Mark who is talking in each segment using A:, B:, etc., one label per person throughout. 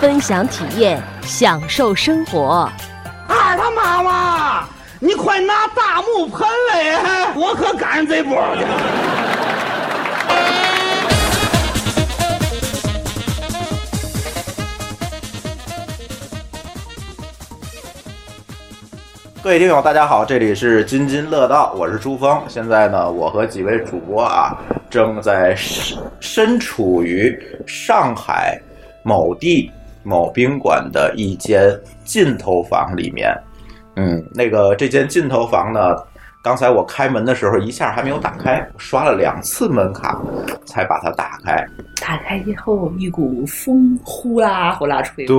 A: 分享体验，享受生活。
B: 二他妈妈，你快拿大木盆来，我可赶上这波去了。
C: 各位听友，大家好，这里是津津乐道，我是朱峰。现在呢，我和几位主播啊，正在身身处于上海某地某宾馆的一间进头房里面。嗯，那个这间进头房呢，刚才我开门的时候一下还没有打开，我刷了两次门卡才把它打开。
D: 打开以后，一股风呼啦呼啦吹。
C: 对，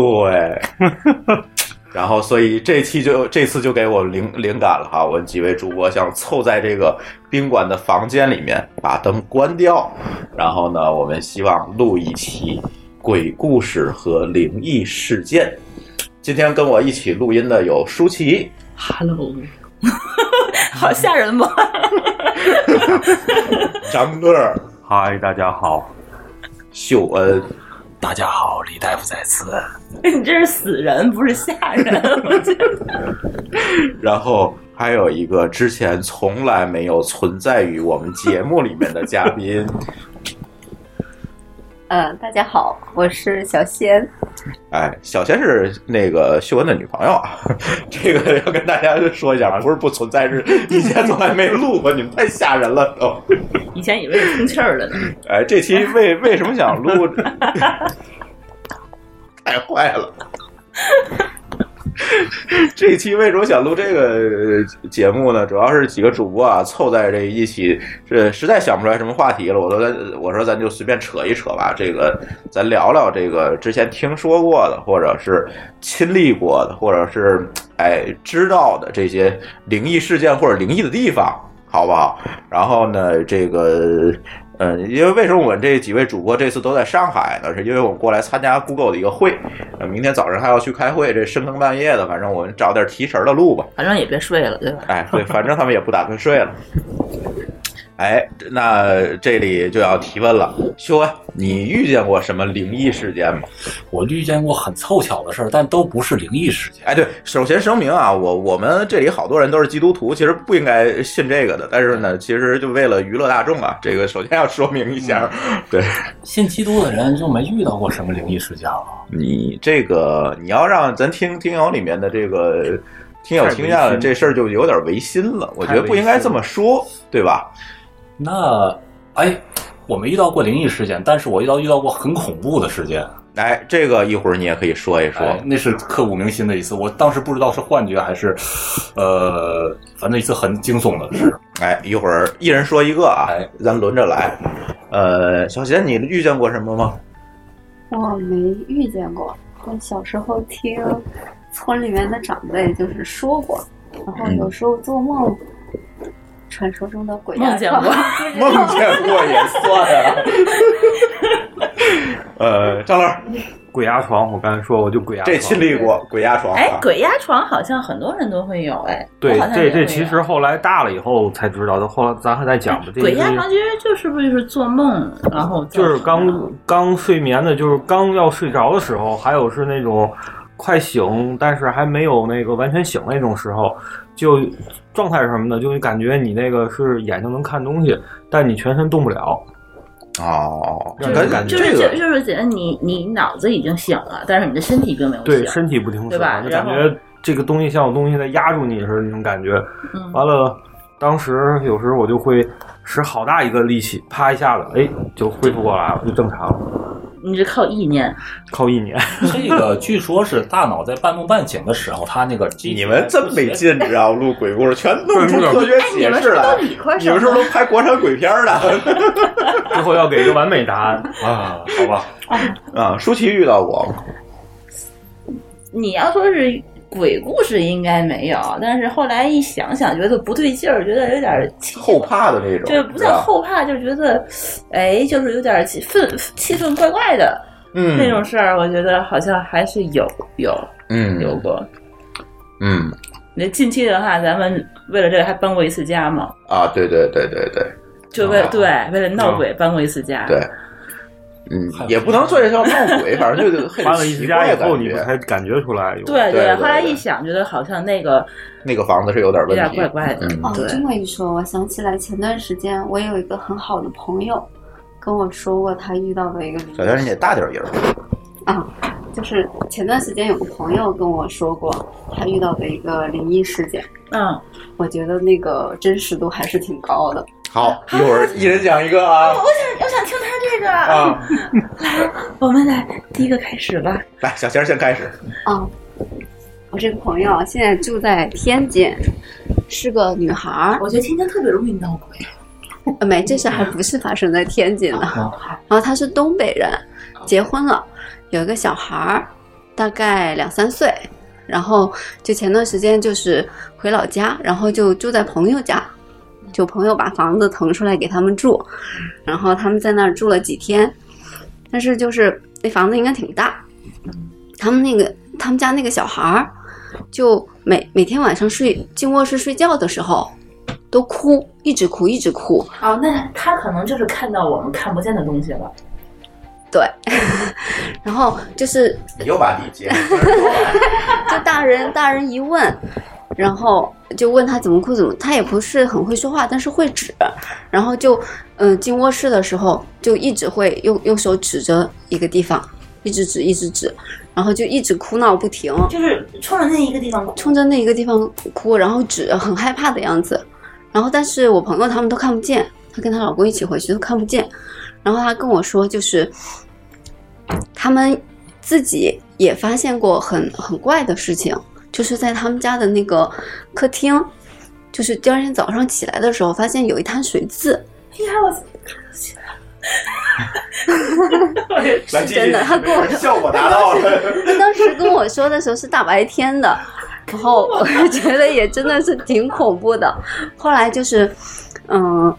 C: 然后所以这期就这次就给我灵灵感了哈，我们几位主播想凑在这个宾馆的房间里面把灯关掉，然后呢，我们希望录一期鬼故事和灵异事件。今天跟我一起录音的有舒淇，
D: Hello，好吓人吗？
C: 张乐、
E: 嗨，大家好，
C: 秀恩，
E: 大家好，李大夫在此。
D: 你这是死人，不是吓人。 我觉得
C: 然后还有一个之前从来没有存在于我们节目里面的嘉 宾，
F: 嗯，大家好，我是小仙。
C: 哎，小仙是那个秀恩的女朋友啊，这个要跟大家说一下，不是不存在，是以前从来没录过，你们太吓人了都。
D: 以前以为是通气儿了呢。
C: 哎，这期 为为什么想录？太坏了！ 这期为什么想录这个节目呢？主要是几个主播啊凑在这一起，这实在想不出来什么话题了。我说咱我说咱就随便扯一扯吧，这个咱聊聊这个之前听说过的，或者是亲历过的，或者是哎知道的这些灵异事件或者灵异的地方，好不好？然后呢，这个。嗯，因为为什么我们这几位主播这次都在上海呢？是因为我们过来参加 Google 的一个会，呃，明天早上还要去开会，这深更半夜的，反正我们找点提神儿的录吧。
D: 反正也别睡了，对吧？
C: 哎，对，反正他们也不打算睡了。哎，那这里就要提问了，秀恩，你遇见过什么灵异事件吗？
E: 我遇见过很凑巧的事儿，但都不是灵异事件。
C: 哎，对，首先声明啊，我我们这里好多人都是基督徒，其实不应该信这个的。但是呢，其实就为了娱乐大众啊，这个首先要说明一下。对
E: 信基督的人就没遇到过什么灵异事件了。
C: 你这个，你要让咱听听友里面的这个听友听见
E: 太
C: 了
E: 违心
C: 这事儿，就有点违心了。我觉得
E: 太违
C: 不应该
E: 心
C: 这么说，对吧？
E: 那，哎，我没遇到过灵异事件，但是我遇到遇到过很恐怖的事件。
C: 哎，这个一会儿你也可以说一说。
E: 哎那是刻骨铭心的一次。我当时不知道是幻觉还是，呃，反正一次很惊悚的事。
C: 哎，一会儿一人说一个啊，
E: 哎
C: 咱轮着来。呃，小贤，你遇见过什么吗？
F: 我没遇见过，但小时候听村里面的长辈就是说过，然
C: 嗯
F: 后有时候做梦，传说中的鬼压
D: 梦见
F: 床
D: 过
C: 梦见过也算啊。 呃，张乐，
G: 鬼压床，我刚才说我就鬼压床。
C: 这亲历过鬼压床、啊。
D: 哎，鬼压床好像很多人都会有哎，
G: 对
D: 我好，像
G: 这
D: 也会有哎
G: 这其实后来大了以后才知道的，后来咱还在讲吧。这
D: 鬼
G: 个
D: 压
G: 东西
D: 床其实就是不是就是做梦，然后造
G: 就是
D: 成的
G: 刚刚睡眠的，就是刚要睡着的时候，还有是那种快醒，但是还没有那个完全醒那种时候，就状态是什么呢？就感觉你那个是眼睛能看东西，但你全身动不了。
C: 哦，
G: 让
C: 感
G: 人感觉
D: 就是
C: 这
D: 就
C: 个
D: 就是觉得你你脑子已经醒了，但是你的身体并没有
G: 对，
D: 醒。
G: 身体不听使
D: 对吧
G: 唤，就感
D: 然
G: 觉这个东西像有东西在压住你似的那种感觉。
D: 嗯
G: 完了，当时有时候我就会使好大一个力气，啪一下子，哎，就恢复过来了，就正常了。
D: 你是靠意念，
G: 靠一年，
E: 这个据说是大脑在半梦半醒的时候，它那个机
C: 你们真没劲，知道吗录鬼故事全弄出科
H: 哎
C: 学
D: 哎你
C: 解
D: 们
C: 释
D: 是都
C: 来。
D: 理科
C: 你
D: 生
C: 们是不是都拍国产鬼片儿 的？
G: 最后要给一个完美答案。
E: 啊，好吧，
C: 啊，舒淇遇到过，
H: 你要说是鬼故事，应该没有。但是后来一想想，觉得不对劲儿，觉得有点奇
C: 后怕的那种，
H: 就是不
C: 是吧
H: 叫后怕，就觉得，哎，就是有点气氛气氛怪怪的。
C: 嗯
H: 那种事儿，我觉得好像还是有有
C: 嗯
H: 有过。
C: 嗯
H: 那近期的话，咱们为了这个还搬过一次家嘛，
C: 啊，对对对对对
H: 就为、
C: 啊
H: 对为了闹鬼搬过一次家。
C: 对，嗯，也不能算是叫闹鬼，反正就是很
G: 搬了一
C: 奇
G: 次家
C: 怪的
G: 以后，
C: 感
G: 你
C: 觉。
G: 才感觉出来有。
H: 对
C: 对对
H: 后来一想，觉得好像那个
C: 那个房子是有点
H: 有
C: 问
H: 点
C: 题，
H: 怪怪的。
C: 嗯
F: 哦，
H: 对
F: 这么一说，我想起来前段时间我有一个很好的朋友跟我说过他遇到的一个灵
C: 小娟你得大点音儿。
F: 啊，就是前段时间有个朋友跟我说过他遇到的一个灵异事件，
H: 嗯，
F: 我觉得那个真实度还是挺高的。
C: 好，一会儿一人讲一个啊
H: 我想我想听他这个，
C: 啊！
H: 我们来第一个开始吧。
C: 来，小仙儿先开始。
F: 啊，我这个朋友啊，现在住在天津，是个女孩儿。
H: 我觉得天天特别容易闹鬼。
F: 呃没，这事还不是发生在天津的。然后她是东北人，结婚了，有一个小孩儿，大概两三岁。然后就前段时间就是回老家，然后就住在朋友家，就朋友把房子腾出来给他们住，然后他们在那儿住了几天。但是就是那房子应该挺大，他们那个他们家那个小孩儿，就每每天晚上睡进卧室睡觉的时候，都哭，一直哭，一直哭。
H: 哦，那他可能就是看到我们看不见的东西了。
F: 对， 然后就是
C: 你又把你接 了，
F: 就大人大人一问，然后就问他怎么哭怎么，他也不是很会说话，但是会指，然后就嗯、呃进卧室的时候就一直会用用手指着一个地方，一直指一直指，然后就一直哭闹不停，
H: 就是冲着那一个地方哭，
F: 冲着那一个地方哭，然后指很害怕的样子，然后但是我朋友他们都看不见，她跟她老公一起回去都看不见，然后她跟我说就是，他们自己也发现过很很怪的事情，就是在他们家的那个客厅，就是第二天早上起来的时候，发现有一滩水渍，
H: 哎呀，我
C: 来继续
F: 真的他跟我说
C: 效果达到了。
F: 他当时跟我说的时候是大白天的，然后我就觉得也真的是挺恐怖的。后来就是，嗯、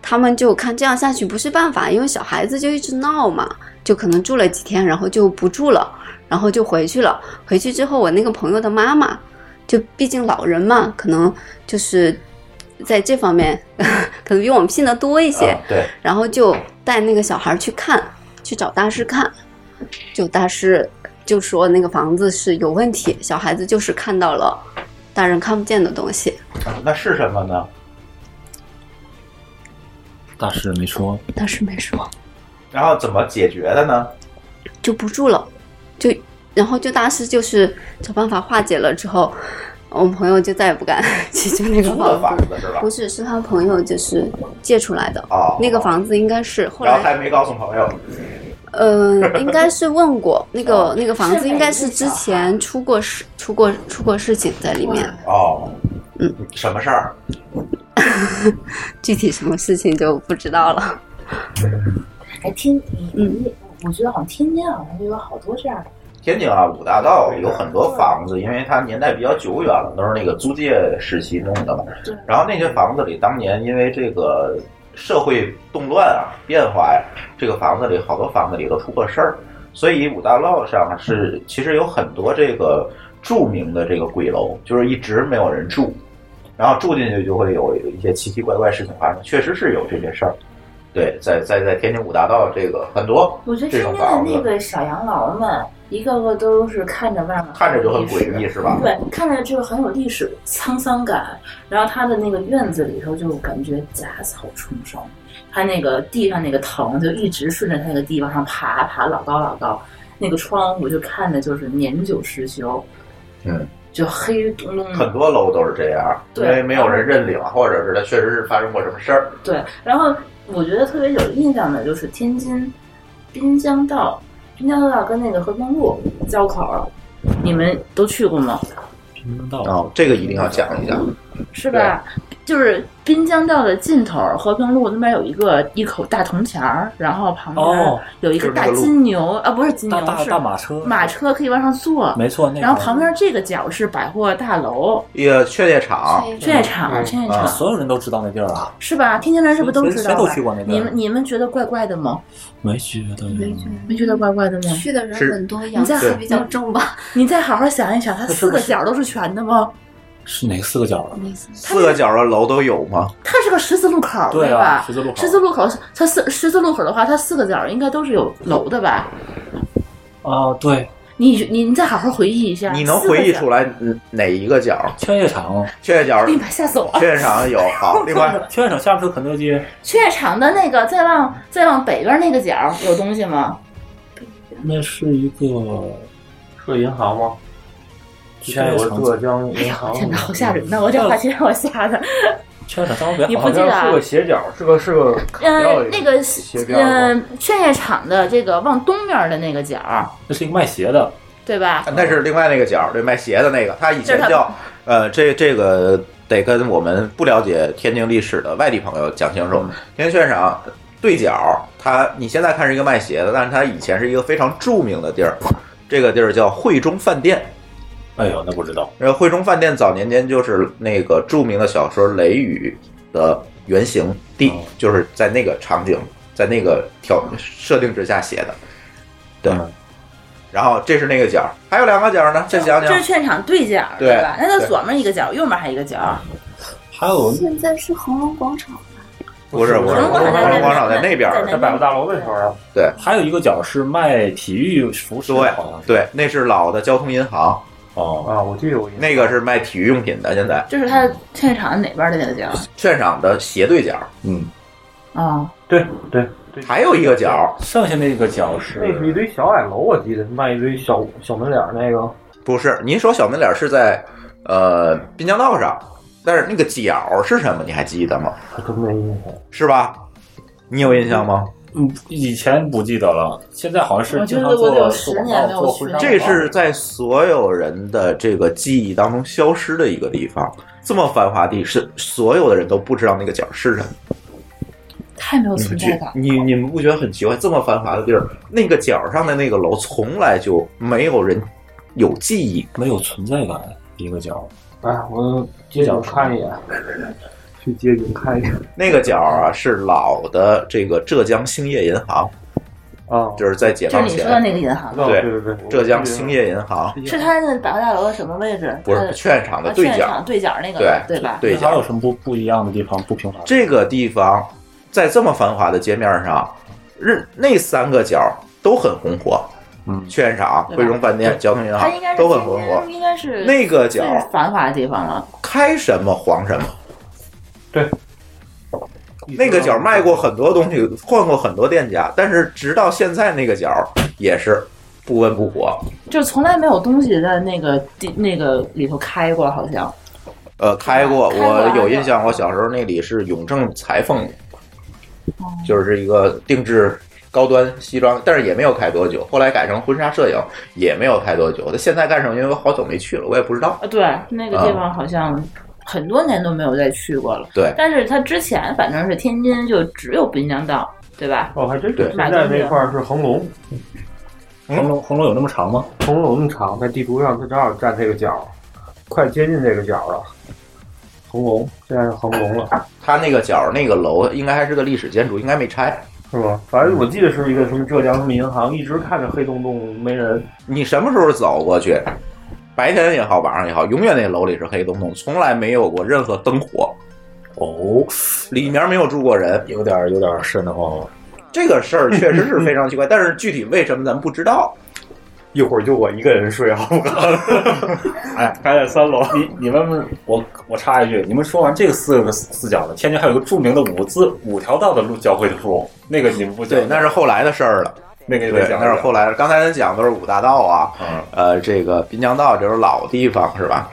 F: 他们就看这样下去不是办法，因为小孩子就一直闹嘛，就可能住了几天，然后就不住了，然后就回去了。回去之后，我那个朋友的妈妈，就毕竟老人嘛，可能就是在这方面 可能比我们信的多一些，
C: 啊对，
F: 然后就带那个小孩去看，去找大师看，就大师就说那个房子是有问题，小孩子就是看到了大人看不见的东西。
C: 那是什么呢？
E: 大师没说，
F: 大师没说，
C: 然后怎么解决的呢？
F: 就不住了，就然后就大师就是找办法化解了之后，我们朋友就再也不敢去住那个
C: 租的房
F: 房子。
C: 子是吧
F: 不？是，是他朋友就是借出来的。
C: 哦
F: 那个房子应该是后
C: 然后
F: 来，
C: 还没告诉朋友。
F: 呃，应该是 问过那个
C: 哦
F: 那个房
H: 是
F: 子，应该是
H: 每个
F: 之
H: 小孩
F: 前出过事、出过出过事情在里面。
C: 哦，嗯，什么事儿？
F: 具体什么事情就不知 道了。
H: 哎天，
F: 嗯
H: 你我觉得好像天津啊好像就有好多这样的。
C: 天津啊，五大道有很多房子，因为它年代比较久远了，都是那个租界时期弄的嘛
H: 对。
C: 然后那些房子里，当年因为这个社会动乱啊、变化呀、这个房子里好多房子里都出过事儿，所以五大道上是其实有很多这个著名的这个鬼楼，就是一直没有人住，然后住进去就会有一些奇奇怪怪事情发生，确实是有这些事儿。对，在在在天津五大道这个很多
H: 我觉得
C: 这种
H: 天津的
C: 房
H: 那
C: 子，
H: 个小洋楼们，一个个都是看着外面
C: 看着就很诡异，是吧？
H: 对，看着就是很有历史沧桑感。然后它的那个院子里头就感觉杂草丛生，它那个地上那个藤就一直顺着它那个地往上爬，爬老高老高。那个窗户就看着就是年久失修，
C: 嗯，
H: 就黑咚咚的
C: 很。多楼都是这样，因
H: 对
C: 为没有人认领，或者是他确实是发生过什么事儿。
H: 对，然后我觉得特别有印象的就是天津滨江道，滨江道跟那个河东路交口儿，你们都去过吗？
E: 平民道
C: 啊哦，这个一定要讲一下。
H: 是吧？就是滨江道的尽头，和平路那边有一个一口大铜钱儿，然后旁边
E: 哦
H: 有一
E: 就是那
H: 大
E: 个路
H: 金牛啊，不是金牛
E: 大，大
H: 是
E: 大马车
H: 马车可以往上坐，
E: 没错那个嗯
H: 然后旁边这个角是百货大楼、
C: 一个劝业场，
H: 劝业场、劝业
E: 啊，
H: 场。
E: 所有人都知道那地儿啊，
H: 是吧？天津人是不是都知道
E: 谁
H: 吧？
E: 谁都去过那边
H: 你们你们觉得怪怪的吗？
E: 没觉得，
H: 没觉得怪怪的吗？
F: 去的人
E: 是
F: 很多，
H: 你
F: 阳气
H: 再
F: 比较重吧？
H: 你再好好想一想，它四个角都是哦全的吗？
E: 是哪四个角啊？
C: 四个角的楼都有吗？
H: 它是个十字路口，
C: 对啊
H: 吧？
C: 十字路口
H: 十字路口，它四十字路口的话，它四个角应该都是有楼的吧？
E: 啊，对，
H: 你你你再好好回忆一下，
C: 你能回忆出
H: 来？
C: 来嗯哪一个角？
E: 劝业场，
C: 劝业角，
H: 立马哎吓死我了！
C: 劝业场有 好，另外
E: 劝业场下面是肯德基，
H: 劝业场的那个，再往再往北边那个角有东西吗？
E: 那是一个
G: 是银行吗？之前有个浙江银行，
H: 哎天哪，好吓人呐！我这话题让我吓的。
E: 劝业场张北
H: 你不
E: 好像
H: 记得啊
G: 是个斜角，是个是个
H: 呃，那个
G: 斜边儿
H: 呃，劝业场的这个往东边的那个角，
E: 那是一个卖鞋的，
H: 对吧？
C: 那是另外那个角，对，卖鞋的那个，他以前
H: 就是他
C: 叫呃，这这个得跟我们不了解天津历史的外地朋友讲清
H: 嗯
C: 楚，天津劝业场对角，它你现在看是一个卖鞋的，但是它以前是一个非常著名的地儿，这个地儿叫汇中饭店。
E: 哎呦，那不知道，
C: 然后汇中饭店早年间就是那个著名的小说《雷雨》的原型地，就是在那个场景，在那个条设定之下写的。对，然后这是那个角儿，还有两个角儿呢，再讲
H: 这
C: 讲
H: 是。劝场对角，
C: 对
H: 吧？那它
C: 对
H: 左面一个角，右面还一个角。
E: 还有
F: 现在是恒隆广场，
C: 不是不是，
E: 恒隆广场
C: 恒隆广场
E: 在
C: 在那边儿，
E: 在百货
G: 大楼那头啊儿。
C: 对，
E: 还有一个角是卖体育服饰，
C: 对
E: 好像是，
C: 对，那是老的交通银行。
E: 哦
G: 啊，我记得我
C: 那个是卖体育用品的，现在
H: 这是它劝业场哪边的那个角？
C: 券场的斜对角。
E: 嗯，
H: 啊，
G: 对对，
C: 还有一个角，
E: 剩下那个角是
G: 那是一堆小矮楼，我记得卖一堆小小门脸儿那个。
C: 不是，您说小门脸是在呃滨江道上，但是那个角是什么？你还记得吗？
G: 真没印象，
C: 是吧？你有印象吗？
E: 嗯，以前不记得了，现在好像是
H: 我觉
E: 经
H: 得
E: 常做
H: 我得有
E: 做
H: 10
E: 广
H: 年
E: 告
H: 没有
E: 做
H: 去
E: 婚纱
H: 了
C: 这是在所有人的这个记忆当中消失的一个地方。这么繁华地是所有的人都不知道那个角是什么。
H: 太没有
C: 你们
H: 存在
C: 觉
H: 感。
C: 你你们不觉得很奇怪？这么繁华的地儿，那个角上的那个楼，从来就没有人有记忆，
E: 没有存在感，一个角。
G: 哎，我街角看一眼， 去街景看一眼。
C: 那个角啊，是老的这个浙江兴业银行，
G: 啊，
C: 就是在解
H: 就是
C: 放
H: 你
C: 前
H: 说的那个银行，
C: 对
G: 对对，
C: 浙江兴业银行
H: 是它那个百货大楼的什么位置？
C: 不是
H: 它的
C: 劝业场的
H: 啊
C: 对
H: 劝业
C: 角
H: 场对角那个，对吧？
C: 对
E: 还
C: 角
E: 有什么不不一样的地方？不平凡？
C: 这个地方在这么繁华的街面上，日那三个角都很红火，
E: 嗯，
C: 劝业场、
H: 对吧
C: 汇中饭店、交通银
H: 它
C: 行
H: 应该是
C: 都很红火。
H: 应该是
C: 那个角
H: 最繁华的地方了。
C: 开什么黄什么，
G: 对。
C: 那个角卖过很多东西，换过很多店家，但是直到现在那个角也是不温不火。
H: 就是从来没有东西在那个地那个里头开过，好像
C: 呃，开过，
H: 开过
C: 我有
H: 还有
C: 印象，我小时候那里是永正裁缝，
H: 哦
C: 就是一个定制高端西装，但是也没有开多久，后来改成婚纱摄影，也没有开多久。他现在干什么？因为我好久没去了，我也不知道。
H: 啊，对，那
C: 嗯
H: 个地方好像很多年都没有再去过了。
C: 对
H: 但是它之前反正是天津就只有滨江道，对吧？
G: 哦，还真
H: 对
G: 是。现在那块儿是恒隆，
E: 恒隆恒隆有那么长吗？
G: 恒隆那厂在地图上它正好占这个角儿，快接近这个角儿了。恒隆现在是恒隆了，
C: 他那个角那个楼应该还是个历史建筑，应该没拆。
G: 是吗？反正我记得是一个什么浙江什么银行，一直看着黑洞洞没人。
C: 你什么时候走过去？白天也好，晚上也好，永远那楼里是黑洞洞，从来没有过任何灯火。
E: 哦，
C: 里面没有住过人，
E: 有点有点瘆得慌。
C: 这个事儿确实是非常奇怪，但是具体为什么咱们不知道。
E: 一会儿就我一个人睡，好不好？哎，还在三楼。你你们，我我插一句，你们说完这个四个四角的，天津还有一个著名的五字五条道的路交汇的路，那个你们不讲？
C: 对，那是后来的事儿了。
E: 那个 也
C: 对
E: 得，讲。
C: 那是后来的。刚才咱讲的都是五大道啊，呃，这个滨江道这是老地方是吧？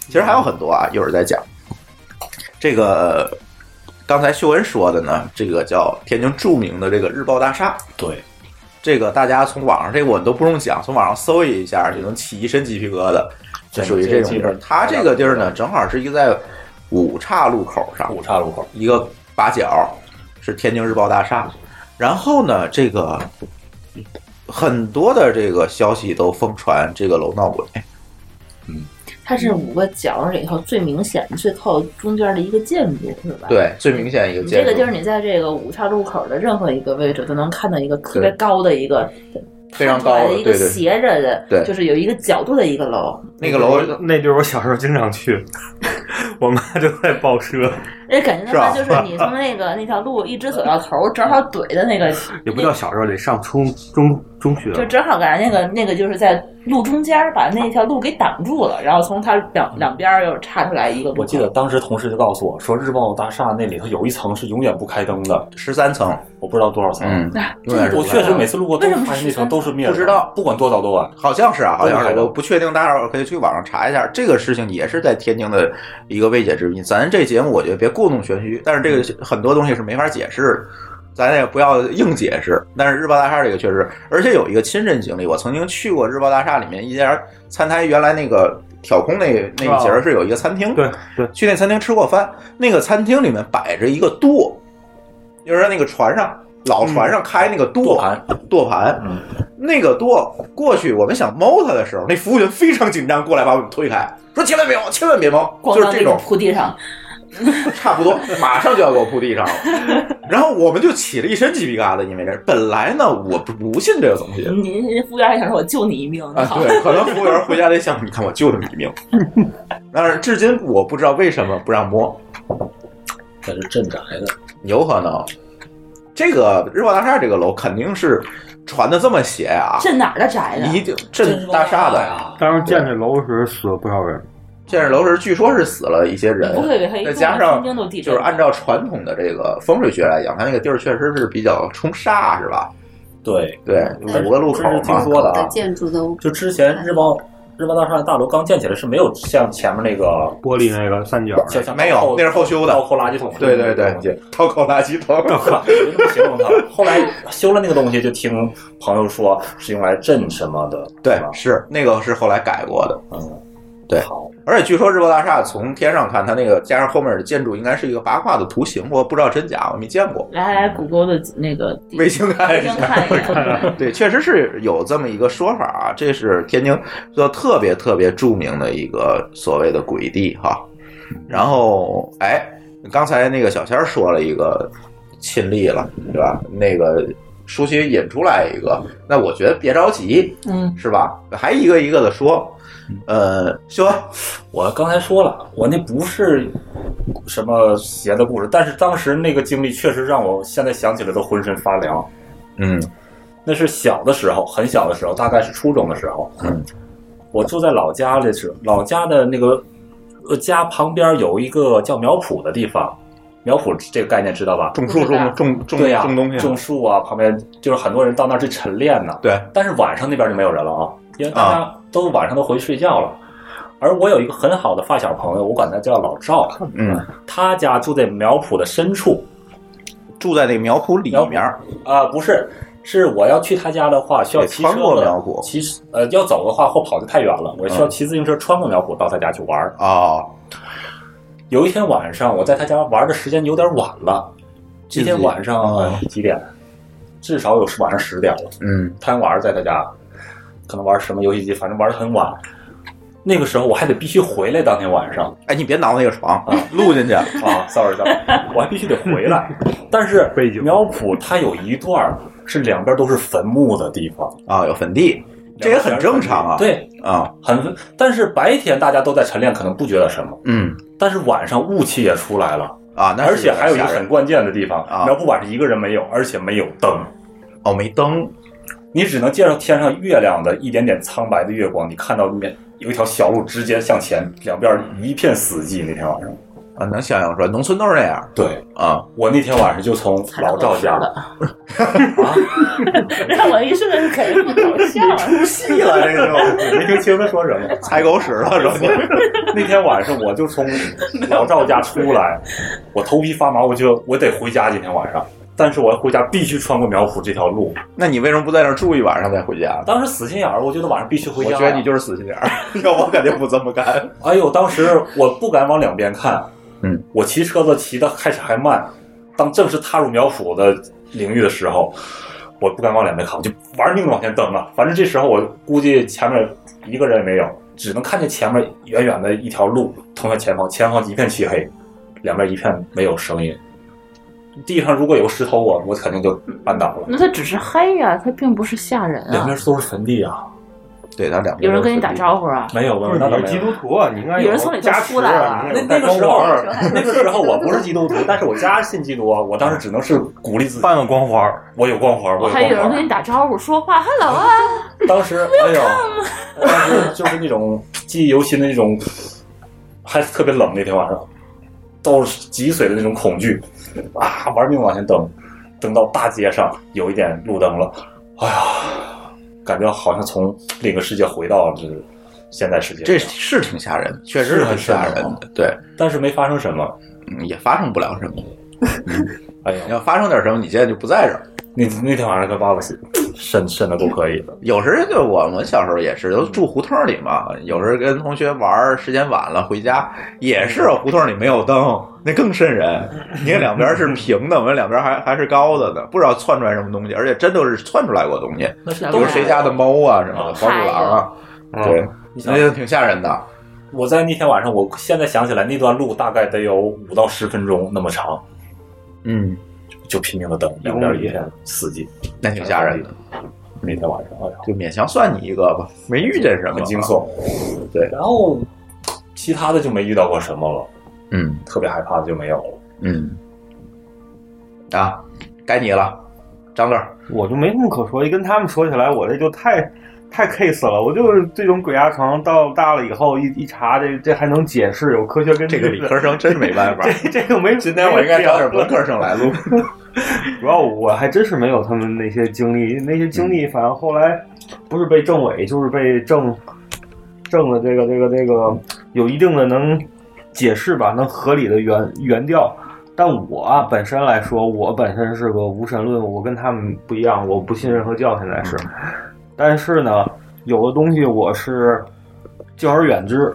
C: 其实还有很多啊，一会儿再讲。这个呃刚才秀恩说的呢，这个叫天津著名的这个日报大厦，
E: 对，
C: 这个大家从网上这个我都不用讲，从网上搜一下就能起一身鸡皮疙瘩，就属于这种地
E: 这这
C: 儿
E: 基本。
C: 它这个地儿呢，正好是一个在五岔路口上，
E: 五岔路口
C: 一个把角是天津日报大厦，然后呢，这个很多的这个消息都疯传这个楼闹鬼，
H: 它是
C: 嗯
H: 五个角里头最明显的、最靠中间的一个建筑，是吧？
C: 对，最明显一嗯个
H: 你这
C: 建
H: 个
C: 筑，
H: 就是你在这个五岔路口的任何一个位置都能看到一个特别高的一个
C: 非常高
H: 来的
C: 的，
H: 一个
C: 对对，
H: 斜着的，
C: 对
H: 就是有一个角度的一个楼。
C: 那个楼
G: 那地儿我小时候经常去， 我妈就在报社，
H: 而且哎感觉
G: 是
H: 他
G: 吧
H: 妈就是你从那个那条路一直走到头，正好怼的那个，
G: 也不叫小时候，得上初中中学了。
H: 就正好感觉那个那个就是在路中间儿把那条路给挡住了，然后从它两
C: 嗯
H: 两边儿又岔出来一个路。
E: 我记得当时同事就告诉我说，日报大厦那里头有一层是永远不开灯的，
C: 十三层，
E: 我不知道多少层。啊
C: 嗯
H: 这个
E: 我确实每次路过都
H: 为什么
E: 发现那层都是灭
C: 不
E: 的，
C: 知道，
E: 不管多早多晚，
C: 好像是啊，好像
E: 都是
C: 是，
E: 的
C: 我不确定，大家伙儿可以去网上查一下。这个事情也是在天津的一个未解之谜。咱这节目我觉得别故弄玄虚，但是这个很多东西是没法解释的，咱也不要硬解释。但是日报大厦这个确实，而且有一个亲身经历，我曾经去过日报大厦里面一家餐台，原来那个挑空那那一节儿
G: 哦
C: 是有一个餐厅，
G: 对对，
C: 去那餐厅吃过饭，那个餐厅里面摆着一个舵，就是那个船上老船上开那个舵
E: 盘，
C: 舵盘，那个舵过去，我们想猫它的时候，那服务员非常紧张，过来把我们推开，说千万别猫，千万别猫，
H: 咣
C: 就是
H: 当
C: 这
H: 给
C: 种
H: 你 铺地上，
C: 差不多，马上就要给我铺地上了。然后我们就起了一身鸡皮疙瘩，因为这本来呢我不不信这个东西
H: 你你服务员还想说我救你一命，
C: 啊，
H: 好，
C: 对，可能服务员回家得想，你看我救了你一 命，但是至今我不知道为什么不让摸。
E: 那是镇宅的。
C: 有可能。这个日报大厦这个楼肯定是传的这么邪啊，
H: 这哪儿的宅呢？
C: 离镇大厦的
E: 啊
C: 呀。
G: 当时建这楼时死了不少人，
C: 建设楼时据说是死了一些人
H: 不会以为它一，
C: 再
H: 动
C: 加上
H: 天津都地
C: 就
H: 震
C: 是按照传统的这个风水学来讲，它那个地儿确实是比较冲煞，是吧？
E: 对
C: 对，
H: 嗯
C: 五个路口
E: 这是听
C: 嘛。
E: 说的啊。
F: 建筑都
E: 就之前日报日报大厦的大楼刚建起来是没有像前面那个
G: 玻璃那个三角儿，
E: 像像
C: 没有，那是后修的，
E: 倒扣垃圾桶。
C: 对对对，倒扣垃圾桶。
E: 没这 么形容它。后来修了那个东西，就听朋友说是用来镇什么的。
C: 对
E: 吧，
C: 是那个是后来改过的。
E: 嗯，
C: 对
E: 好，
C: 而且据说日报大厦从天上看，它那个加上后面的建筑应该是一个八卦的图形，我不知道真假，我没见过。
H: 来来，谷歌的那个地
C: 卫星嗯看
H: 卫
C: 一下
H: 星看一眼。
C: 对，确实是有这么一个说法啊，这是天津说特别特别著名的一个所谓的鬼地哈。然后，哎，刚才那个小仙儿说了一个亲历了，对吧？那个舒淇引出来一个，那我觉得别着急，
H: 嗯，
C: 是吧？还一个一个的说，呃，说
E: 我刚才说了，我那不是什么邪的故事，但是当时那个经历确实让我现在想起来都浑身发凉。
C: 嗯
E: 那是小的时候，很小的时候，大概是初中的时候。
C: 嗯，
E: 我住在老家里时，老家的那个呃家旁边有一个叫苗圃的地方，苗圃这个概念知道吧？
C: 种树种种种
E: 对呀、
C: 种东西，
E: 种树啊，旁边就是很多人到那儿去晨练呢。
C: 对，
E: 但是晚上那边就没有人了啊，因为大家都晚上都回去睡觉了。而我有一个很好的发小朋友，我管他叫老赵，
C: 嗯，
E: 他家住在苗圃的深处
C: 住在那苗圃里面儿，
E: 啊、不是，是我要去他家的话需要
C: 对
E: 骑车
C: 穿过
E: 的
C: 苗圃嗯
E: 骑呃要走的话或跑得太远了，我需要骑自行车穿过苗圃到他家去玩儿。
C: 哦，
E: 有一天晚上，我在他家玩的时间有点晚了，今天晚上、
C: 哦
E: 呃几点？至少有晚上十点了。
C: 嗯
E: 贪玩在他家，可能玩什么游戏机，反正玩的很晚。那个时候我还得必须回来，当天 晚上
C: 哎，你别挠那个床，录 进去。
E: 啊，sorry sorry，我还必须得回 来。但是
G: 背景
E: 苗圃它有一段儿是两边都是坟墓的地方，
C: 啊，有坟地，这也很正常啊。
E: 对，
C: 啊，
E: 很。但是白天大家都在晨练，可能不觉得什么，
C: 嗯
E: 但是晚上雾气也出来了，
C: 啊，那
E: 而
C: 是
E: 且还有一个
C: 吓人
E: 很关键的地方，
C: 啊
E: 苗圃晚上一个人没有，而且没有灯。
C: 哦，没灯
E: 你只能借着天上月亮的一点点苍白的月光，你看到面有一条小路直接向前，两边一片死寂。那天晚上，
C: 啊，能想象出来，农村都是那样
E: 对
C: 啊。
E: 我那天晚上就从老赵家
H: 了， 让我一瞬间肯定不搞笑啊了。
C: 屁了，这就
E: 没听清他说什么。
C: 踩狗屎了，说 你
E: 那天晚上我就从老赵家出来，我头皮发麻，我就我得回家。今天晚上，但是我回家必须穿过苗圃这条路。
C: 那你为什么不在那儿住一晚上再回家？
E: 当时死心眼儿，我觉得晚上必须回
C: 我
E: 家呀。
C: 觉 得你就是死心眼儿，要我肯定不这么干。
E: 哎呦，当时我不敢往两边看，
C: 嗯，
E: 我骑车子骑的开始还慢，当正式踏入苗圃的领域的时候，我不敢往两边看，我就玩命的往前蹬啊。反正这时候我估计前面一个人也没有，只能看见前面远远的一条路通向前方，前方一片漆黑，两边一片没有声音。地上如果有石头啊，我肯定就绊倒了。
H: 那它只是黑呀、它并不是吓人
E: 两
H: 啊。
E: 边都是坟地啊，
C: 对，咱两
H: 有人跟你打招呼啊？
E: 没有吧？
G: 不是
E: 那倒
G: 你
E: 没
G: 是
E: 有
G: 基督徒啊，你应该
H: 有人从里头
G: 加持
H: 出来了
G: 啊。
E: 那
G: 你
E: 那
G: 得有
E: 个
G: 带
E: 时候
G: 光环，
E: 那个时候我不是基督徒，但是我家信基督啊。我当时只能是鼓励自己，
G: 半个光 环儿，
E: 我有光环，我有
H: 还有人
E: 光
H: 跟你
E: 环。
H: 打招呼说话，hello 啊，
E: 当时哎呦，当时就是那种记忆犹新的那种，还特别冷那天晚上，都是脊髓的那种恐惧啊，玩命往前蹬，蹬到大街上有一点路灯了，哎呀，感觉好像从另一个世界回到就是现在世界，
C: 这是挺吓人的，确实
E: 是
C: 很
E: 很
C: 吓
E: 吓
C: 人
E: 人
C: 的，对，
E: 但是没发生什么。
C: 嗯也发生不了什么。
E: 哎呀
C: 你，要发生点什么，你现在就不在这儿。
E: 那那天晚上可把 我瘆瘆的够可以的。
C: 有时就我们小时候也是，都住胡同里嘛。有时跟同学玩儿，时间晚了回家，也是胡同里没有灯，那更瘆人。你看两边是平的，我们两边还还是高的呢，不知道窜出来什么东西，而且真都是窜出来过东西，
E: 那是
C: 比如谁家的猫啊什么
E: 哦
C: 的，黄鼠狼啊，
G: 嗯
C: 对，
E: 你想
C: 那，就挺吓人的。
E: 我在那天晚上，我现在想起来那段路大概得有五到十分钟那么长，
C: 嗯，
E: 就拼命的蹬，两边一片死寂。
C: 那挺吓人的，
E: 那天晚上，哎呀，
C: 就勉强算你一个吧，没遇见什么
E: 很惊。悚。
C: 对
E: 然后其他的就没遇到过什么了，
C: 嗯
E: 特别害怕的就没有了。
C: 嗯，啊，该你了，张乐。
G: 我就没什么可说，一跟他们说起来，我这就太太 case 了。我就是这种鬼压床，到大了以后一一查这，这还能解释，有科学根据
C: 这
G: 的。
C: 个理科生真没办法。
G: 这这个没。
C: 今天我应该找点文
G: 科。
C: 科生来录。
G: 主要我还真是没有他们那些经历，那些经历反正后来不是被政委，就是被政政的这个这个这个有一定的能解释吧，能合理的原原调。但我啊本身来说，我本身是个无神论，我跟他们不一样，我不信任何教，现在是。但是呢，有的东西我是敬而远之，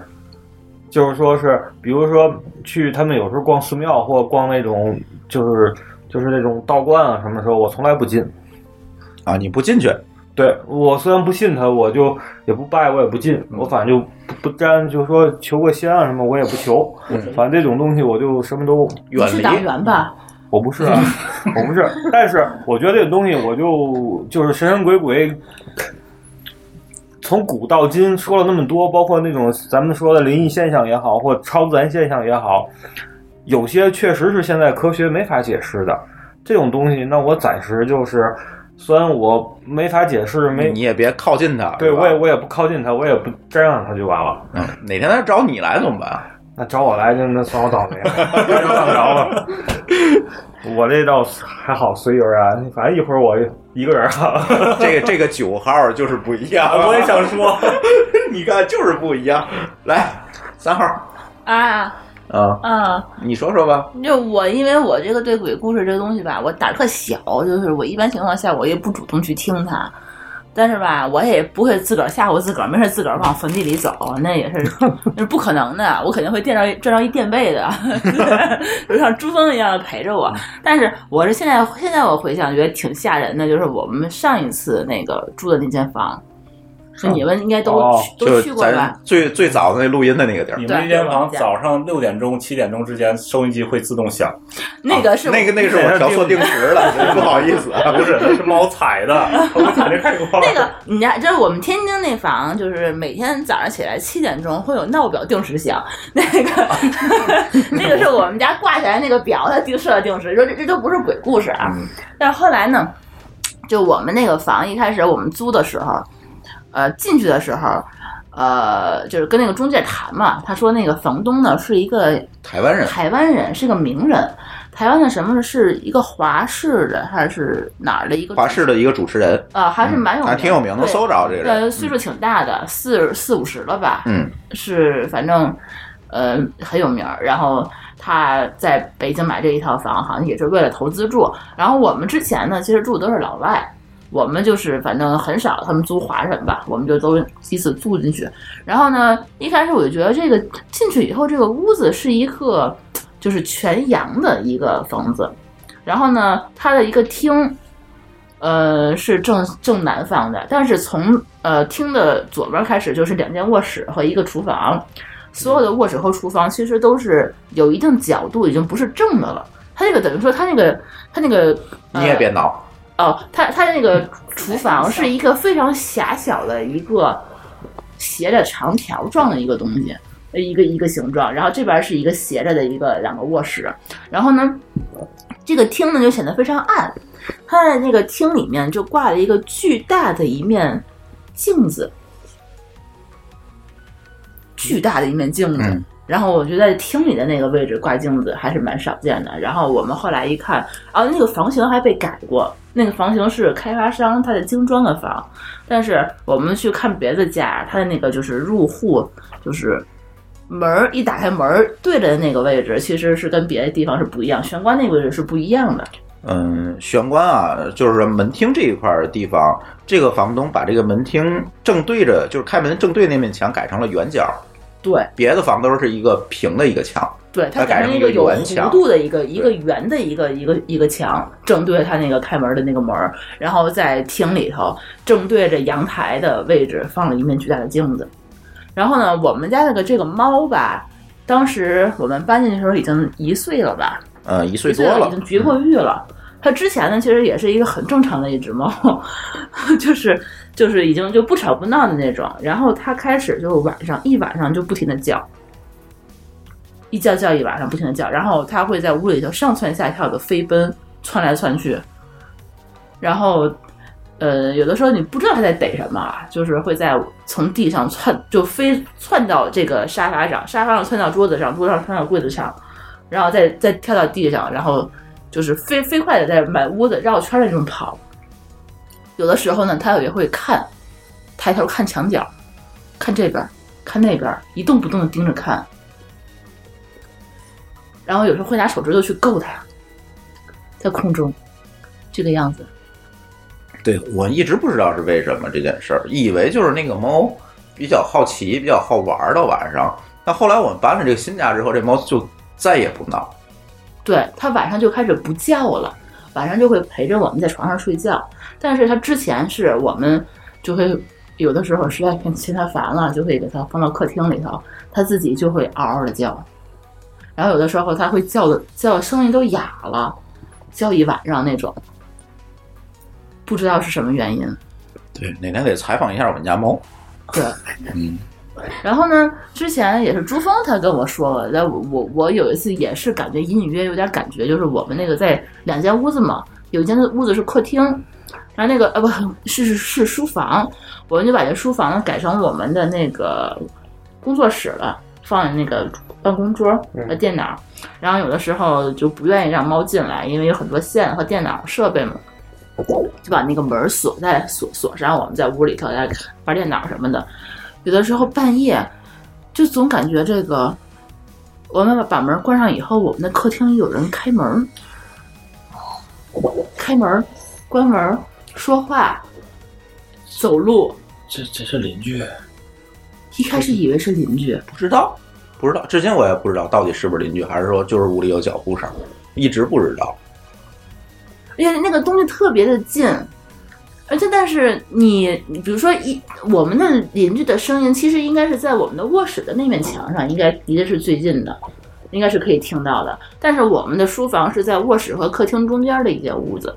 G: 就是说是，比如说去他们有时候逛寺庙或逛那种就是就是那种道观啊什么的时候，我从来不进。
C: 啊，你不进去，
G: 对我虽然不信他，我就也不拜，我也不进，
C: 嗯
G: 我反正就不不沾，就是说求个仙啊什么我也不求，
C: 嗯
G: 反正这种东西我就什么都
H: 你
C: 远
H: 是
C: 离。
H: 党员吧？
G: 我不是啊，我不是，但是我觉得这个东西，我就就是神神鬼鬼，从古到今说了那么多，包括那种咱们说的灵异现象也好，或超自然现象也好，有些确实是现在科学没法解释的这种东西。那我暂时就是，虽然我没法解释，没
C: 你也别靠近他，
G: 对
C: 是吧
G: 我也我也不靠近它，我也不沾上它就完了。
C: 嗯哪天他找你来怎么办？
G: 那找我来就那算我倒霉了， 算不着了。我这倒还好随缘啊，反正一会儿我一个人啊。
C: 这个这个九号就是不一样，
E: 我也想 说，
C: 你看就是不一样。来，三号
H: 啊
C: 啊，
H: 嗯，
C: 你说说吧。
H: 就我，因为我这个对鬼故事这个东西吧，我胆儿特小，就是我一般情况下我也不主动去听它，但是吧，我也不会自个儿吓唬自个儿，没事自个儿往坟地里走，那也是那是不可能的，我肯定会垫上赚上一垫背的， 就像珠峰一样陪着我。但是我是现在现在我回想觉得挺吓人的，就是我们上一次那个住的那间房，是你们应该都、
G: 哦
H: 去
C: 就
H: 都
C: 是
H: 去过吧
C: 咱？最最早的那录音的那个地儿
E: 你，们那间房早上六点钟、七点钟之间，收音机会自动响，
H: 那个是我、
C: 那个那个是我调错定时了，不好意思啊，
E: 不是，那是猫踩的，我踩的太快了。
H: 那个，你家就是我们天津那房，就是每天早上起来七点钟会有闹表定时响，那 个那个是我们家挂起来那个表，它定设的定时。说这这都不是鬼故事啊。
C: 嗯
H: 但是后来呢，就我们那个房一开始我们租的时候，呃，进去的时候。呃，就是跟那个中介谈嘛，他说那个房东呢是一个
C: 台湾人，
H: 台湾人，是个名人。台湾的什么是一个华氏的还是哪儿的一个
C: 华视的一个主持人，嗯
H: 啊，还是蛮有名的、
C: 还挺有名，能
H: 对
C: 搜着这个
H: 对，
C: 人。
H: 岁数挺大的，四四五十了吧，
C: 嗯，
H: 是反正呃很有名儿。然后他在北京买这一套房，好像也是为了投资住。然后我们之前呢，其实住的都是老外，我们就是反正很少他们租华人吧，我们就都依次住进去。然后呢，一开始我就觉得这个进去以后，这个屋子是一个。就是全阳的一个房子。然后呢，它的一个厅，呃，是正正南方的，但是从呃厅的左边开始就是两间卧室和一个厨房。所有的卧室和厨房其实都是有一定角度，已经不是正的了。它这个等于说，它那个它那个、呃、
C: 嗯你也别挠
H: 哦，它它那个厨房是一个非常狭小的一个斜着长条状的一个东西，呃一个一个形状。然后这边是一个斜着的一个两个卧室，然后呢，这个厅呢就显得非常暗。它在那个厅里面就挂了一个巨大的一面镜子。巨大的一面镜子，
C: 嗯
H: 然后我觉得在厅里的那个位置挂镜子还是蛮少见的。然后我们后来一看，啊，那个房型还被改过，那个房型是开发商他的精装的房，但是我们去看别的家，他的那个就是入户就是。门儿一打开，门儿对着的那个位置，其实是跟别的地方是不一样，玄关那个位置是不一样的。
C: 嗯，玄关啊，就是门厅这一块儿地方，这个房东把这个门厅正对着，就是开门正对那面墙改成了圆角，
H: 对
C: 别的房都是一个平的一个墙，
H: 对，它
C: 它改
H: 改成
C: 成
H: 了
C: 一个
H: 一个有
C: 圆墙啊
H: 弧度的一个一个圆的一个一个一个墙，正对着它那个开门的那个门儿，然后在厅里头正对着阳台的位置放了一面巨大的镜子。然后呢，我们家那个这个猫吧，当时我们搬进去的时候已经一岁了吧，
C: 呃，一岁
H: 一岁
C: 多
H: 了，
C: 了嗯
H: 已，经绝过育了。它之前呢，其实也是一个很正常的一只猫， 就是就是已经就不吵不闹的那种。然后它开始就晚上一晚上就不停的叫，一叫叫一晚上不停的叫，然后它会在屋里头上蹿下跳的飞奔，窜来窜去，然后。呃，有的时候你不知道它在逮什么啊，就是会在从地上窜，就飞窜到这个沙发上，沙发上窜到桌子上，桌子上窜到柜子上，然后再再跳到地上，然后就是飞飞快的在满屋子绕圈儿的那种跑。有的时候呢，它也会看，抬头看墙角，看这边儿，看那边儿，一动不动的盯着看。然后有时候会拿手指头去够它，在空中，这个样子。
C: 对我一直不知道是为什么这嗯件事儿，以为就是那个猫比较好奇，比较好玩儿到晚上。但后来我们搬了这个新家之后，这猫就再也不闹。
H: 对，它晚上就开始不叫了，晚上就会陪着我们在床上睡觉。但是它之前是我们就会有的时候实在嫌嫌它烦了，就会给它放到客厅里头，它自己就会嗷嗷的叫。然后有的时候它会叫的叫声音都哑了，叫一晚上那种，不知道是什么原因。
C: 对，哪天得采访一下我们家猫。
H: 对，
C: 嗯，
H: 然后呢，之前也是朱峰他跟我说了，但我我我有一次也是感觉隐隐约约有点感觉，就是我们那个在两间屋子嘛，有一间屋子是客厅，然后那个呃不是是是书房，我们就把这书房呢改成我们的那个工作室了，放在那个办公桌和电脑，然后有的时候就不愿意让猫进来，因为有很多线和电脑设备嘛。就把那个门儿锁在锁锁上，我们在屋里头在玩电脑什么的。有的时候半夜就总感觉这个，我们把门关上以后，我们的客厅有人开门，开门、关门、说话、走路。
I: 这这是邻居，
H: 一开始以为是邻居，
C: 不知道，不知道，至今我也不知道到底是不是邻居，还是说就是屋里有脚步声，一直不知道。
H: 而且那个东西特别的近，而且但是你，你比如说一我们的邻居的声音，其实应该是在我们的卧室的那面墙上，应该离得是最近的，应该是可以听到的。但是我们的书房是在卧室和客厅中间的一间屋子，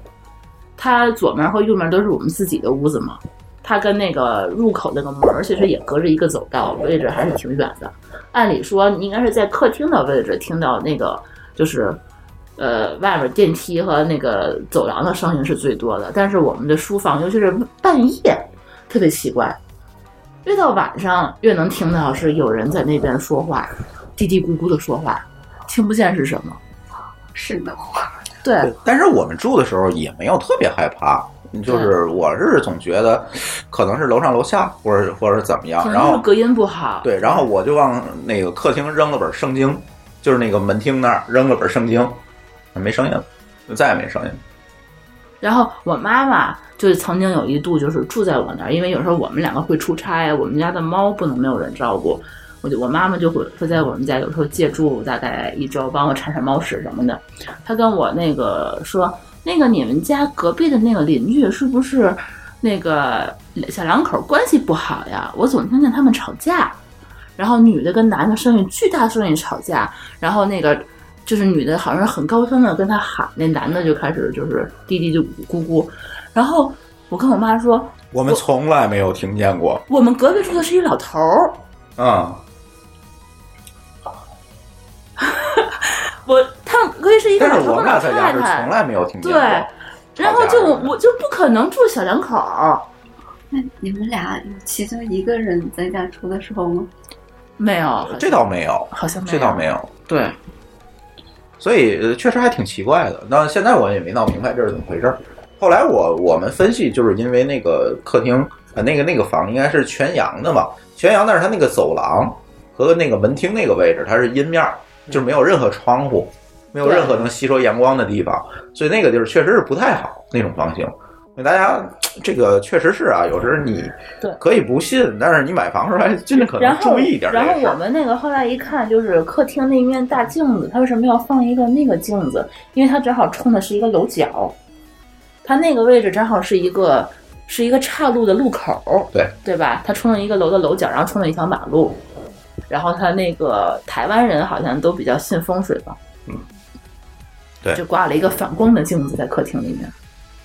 H: 它左面和右面都是我们自己的屋子嘛。它跟那个入口那个门儿其实也隔着一个走道，位置还是挺远的。按理说，你应该是在客厅的位置听到那个就是呃，外面电梯和那个走廊的声音是最多的，但是我们的书房，尤其是半夜，特别奇怪，越到晚上越能听到是有人在那边说话，嘀嘀咕咕的说话，听不见是什么。
F: 是的，
H: 对，
C: 但是我们住的时候也没有特别害怕，就是我是总觉得可能是楼上楼下，或者或者是怎么样
H: 可，
C: 啊然
H: 能就是
C: 后
H: 隔音不好。
C: 对，然后我就往那个客厅扔了本圣经，就是那个门厅那儿扔了本圣经，没声音了，再也没声音了。
H: 然后我妈妈就是曾经有一度就是住在我那儿，因为有时候我们两个会出差，我们家的猫不能没有人照顾。我就我妈妈就会会在我们家有时候借住大概一周，帮我铲铲猫屎什么的。她跟我那个说，那个你们家隔壁的那个邻居是不是那个小两口关系不好呀？我总听见他们吵架，然后女的跟男的声音巨大声音吵架，然后那个。就是女的，好像很高声的跟他喊，那男的就开始就是滴滴就咕咕，然后我跟我妈说，
C: 我们从来没有听见过。
H: 我们隔壁住的是一老头儿，
C: 嗯，
H: 我他们隔壁是一个
C: 但
H: 老
C: 是
H: 头
C: 我
H: 儿
C: 们
H: 老
C: 俩在家
H: 太
C: 是从
H: 太，
C: 来没有听见
H: 对
C: 过。，
H: 然后就我就不可能住小两口儿，
F: 那你们俩有其中一个人在家住的时候吗？
H: 没有，
C: 这倒没有，
H: 好像没有
C: 这倒没有。
H: 对，
C: 所以呃确实还挺奇怪的。那现在我也没闹明白这是怎么回事儿。后来我我们分析，就是因为那个客厅呃那个那个房应该是全阳的嘛，全阳，但是它那个走廊和那个门厅那个位置，它是阴面儿，
H: 嗯
C: 就是没有任何窗户，没有任何能吸收阳光的地方，所以那个地儿确实是不太好那种房型。所以大家这个确实是啊，有时候你
H: 对
C: 可以不信，但是你买房时候还尽可
H: 然
C: 能
H: 后
C: 注意一点这
H: 然
C: 个事儿。
H: 后我们那个后来一看，就是客厅那面大镜子，它为什么要放一个那个镜子？因为它正好冲的是一个楼角，它那个位置正好是一个是一个岔路的路口，
C: 对
H: 对吧？它冲着一个楼的楼角，然后冲着一条马路。然后它那个台湾人好像都比较信风水吧，
C: 嗯对
H: 就挂了一个反光的镜子在客厅里面。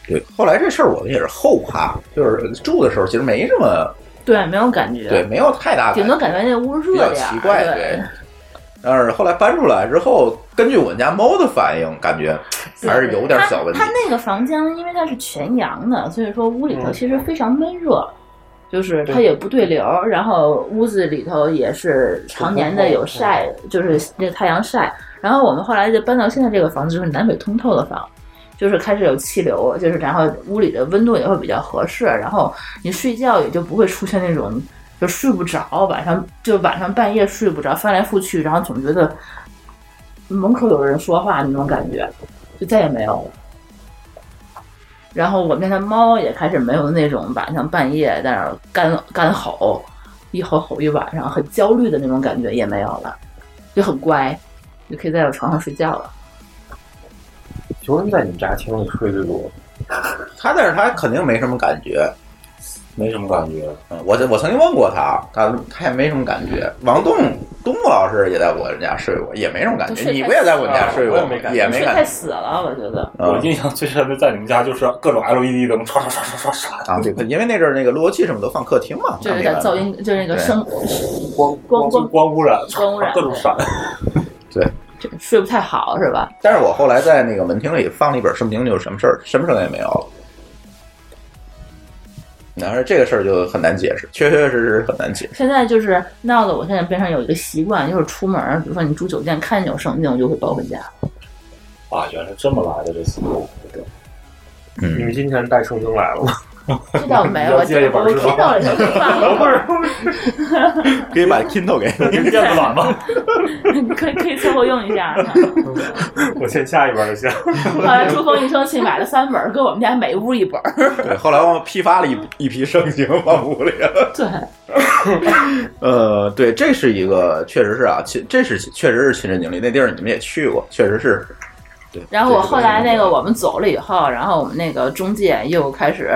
C: 对，后来这事儿我们也是后怕，就是住的时候其实没什么，
H: 对，没有感觉，
C: 对，没有太大感
H: 顶多
C: 觉，
H: 感觉那屋热
C: 比较
H: 点儿，
C: 奇怪，
H: 对
C: 对。但是后来搬出来之后，根据我们家猫的反应，感觉还是有点小问题
H: 它。它那个房间，因为它是全阳的，所以说屋里头
C: 嗯
H: 其实非常闷热，就是它也不对流，然后屋子里头也是常年的有晒，就是那太阳晒。然后我们后来就搬到现在这个房子，就是南北通透的房。就是开始有气流，就是然后屋里的温度也会比较合适，然后你睡觉也就不会出现那种就睡不着，晚上就晚上半夜睡不着，翻来覆去，然后总觉得门口有人说话那种感觉，就再也没有了。然后我们家的猫也开始没有那种晚上半夜在那儿干干吼，一吼吼一晚上，很焦虑的那种感觉也没有了，就很乖，就可以在我床上睡觉了。
E: 求人在你们家听你睡最多，
C: 他但是他肯定没什么感觉，
E: 没什么感觉。
C: 嗯，我我曾经问过他，他他也没什么感觉。王栋东木老师也在我们家睡过，也没什么感
H: 都
C: 觉。
H: 睡
C: 你
H: 太
C: 不也在
H: 死
C: 我们家
H: 了
C: 睡
E: 我
C: 过
E: 也
C: 吗
E: 没感？觉
C: 也
H: 你
C: 没
H: 睡
C: 感
H: 太
C: 觉
H: 死了，我觉得。
C: 嗯
E: 我印象最深的在你们家就是各种 LED 灯刷刷刷刷刷刷，
C: 啊，对，因为那阵儿那个路由器什么都放客厅嘛，
H: 就是
C: 那
H: 在
C: 边
H: 噪音，就是那个声
E: 光
H: 光
E: 光
H: 光
E: 光污染，
H: 光污染
E: 各种闪。
C: 对。
H: 睡不太好，是吧？
C: 但是我后来在那个门厅里放了一本圣经，就是什么事儿，什么事儿也没有了。然后这个事儿就很难解释，确确实实很难解释。
H: 现在就是闹得我现在变成有一个习惯，就是出门儿，比如说你住酒店，看见有圣经，我就会抱回家。
E: 啊，原来是这么来的这思路。对
C: 嗯
G: 你们今天带圣经来了吗？
H: 这倒没有，我
G: 了解一本
H: 我
G: 是吧
H: 听到了就放了，
C: 可以把 Kindle 给
E: 你们电子版 吗？
H: 可以可以凑合用一 下。
G: 我先下一本就行。
H: 后来珠峰一生气买了三本儿，给我们家每屋一本儿。
C: 对，后来我批发了一一批圣经放屋里了。
H: 对，
C: 呃，对，这是一个，确实是啊，亲，这是确实是亲身经历。那地儿你们也去过，确实是。对。
H: 然后我后来那
C: 这
H: 个我们走了以后，然后我们那个中介又开始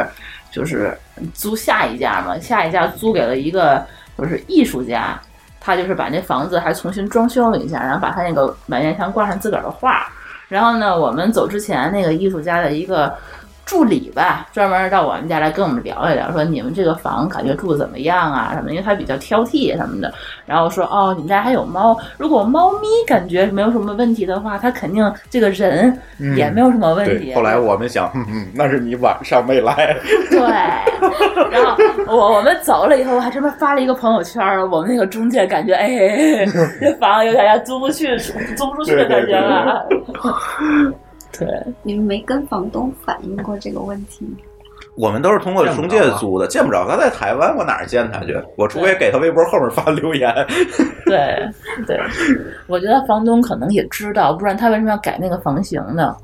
H: 就是租下一家嘛，下一家租给了一个就是艺术家，他就是把那房子还重新装修了一下，然后把他那个满院墙挂上自个儿的画。然后呢，我们走之前，那个艺术家的一个助理吧，专门到我们家来跟我们聊一聊，说你们这个房感觉住得怎么样啊什么的，因为他比较挑剔什么的。然后说哦，你们家还有猫，如果猫咪感觉没有什么问题的话，它肯定这个人
C: 嗯
H: 也没有什么
C: 个
H: 问题。
C: 对，后来我们想， 嗯嗯，那是你晚上没来，
H: 对，然后我我们走了以后，我还专门发了一个朋友圈儿，我们那个中介感觉哎，这房有点要租不去，租不出去的感觉了。对，
F: 你们没跟房东反映过这个问题吗？
C: 我们都是通过中介租的，见不啊着他在台湾，我哪儿见他去？我除非给他微博后面发留言。
H: 对对，我觉得房东可能也知道，不然他为什么要改那个房型呢？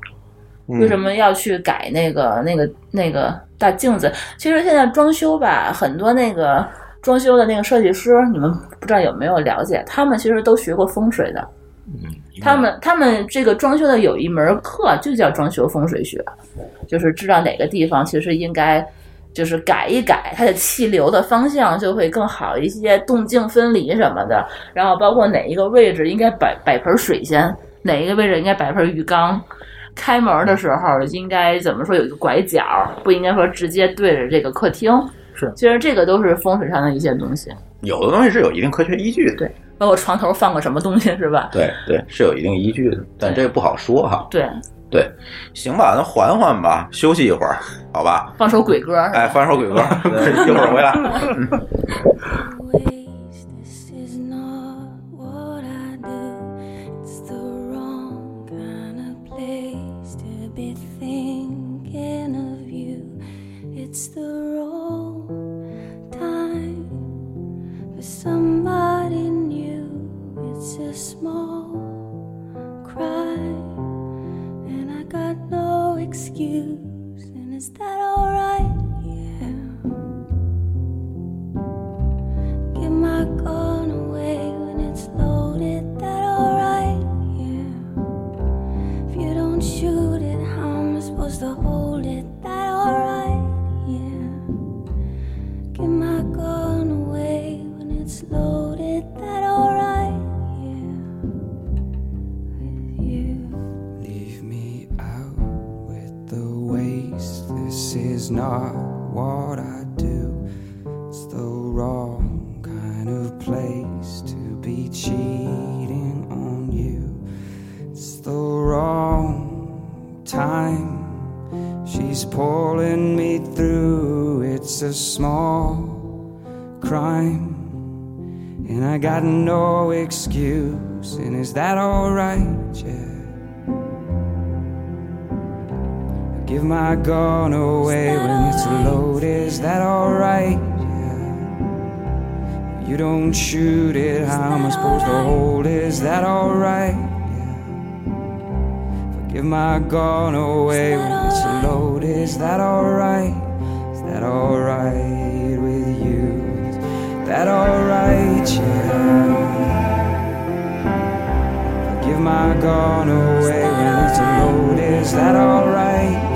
C: 嗯
H: 为什么要去改那个那个那个大镜子？其实现在装修吧，很多那个装修的那个设计师，你们不知道有没有了解？他们其实都学过风水的。
E: 嗯
H: 他们他们这个装修的有一门课就叫装修风水学，就是知道哪个地方其实应该就是改一改它的气流的方向就会更好一些，动静分离什么的，然后包括哪一个位置应该摆摆盆水先，哪一个位置应该摆盆鱼缸。开门的时候应该怎么说？有一个拐角，不应该说直接对着这个客厅。
G: 是，
H: 其实这个都是风水上的一些东西，
C: 有的东西是有一定科学依据的。
H: 对，包括床头放个什么东西是吧？
C: 对对，是有一定依据的，但这个不好说哈。
H: 对
C: 对，行吧，那缓缓吧，休息一会儿，好吧？
H: 放首鬼歌。
C: 哎，放首鬼歌，对一会儿回来。
F: place to be thinking of you. It's the wrong time for somebody new. It's a small crime, and I got no excuse. And is that alright? Yeah. Give my gun away when it's loaded. That alright? If you don't shoot it, how am I supposed to hold it? That alright, yeah. Give my gun away when it's loaded. That alright, yeah. With you.
J: Leave me out with the waste. This is not what I do. It's the wrong kind of place to be cheating on you. It's the wrong time. She's pulling me through. It's a small crime. And I got no excuse. And is that alright? Yeah. Give my gun away when it's loaded. Is that alright? Yeah. You don't shoot it. How am I supposed to hold? it? Is that alright? Yeah. Give my gun away when it's loaded. Is that alright? Is that alright with you? Is that alright? Yeah. Give my gun away when it's loaded. Is that alright?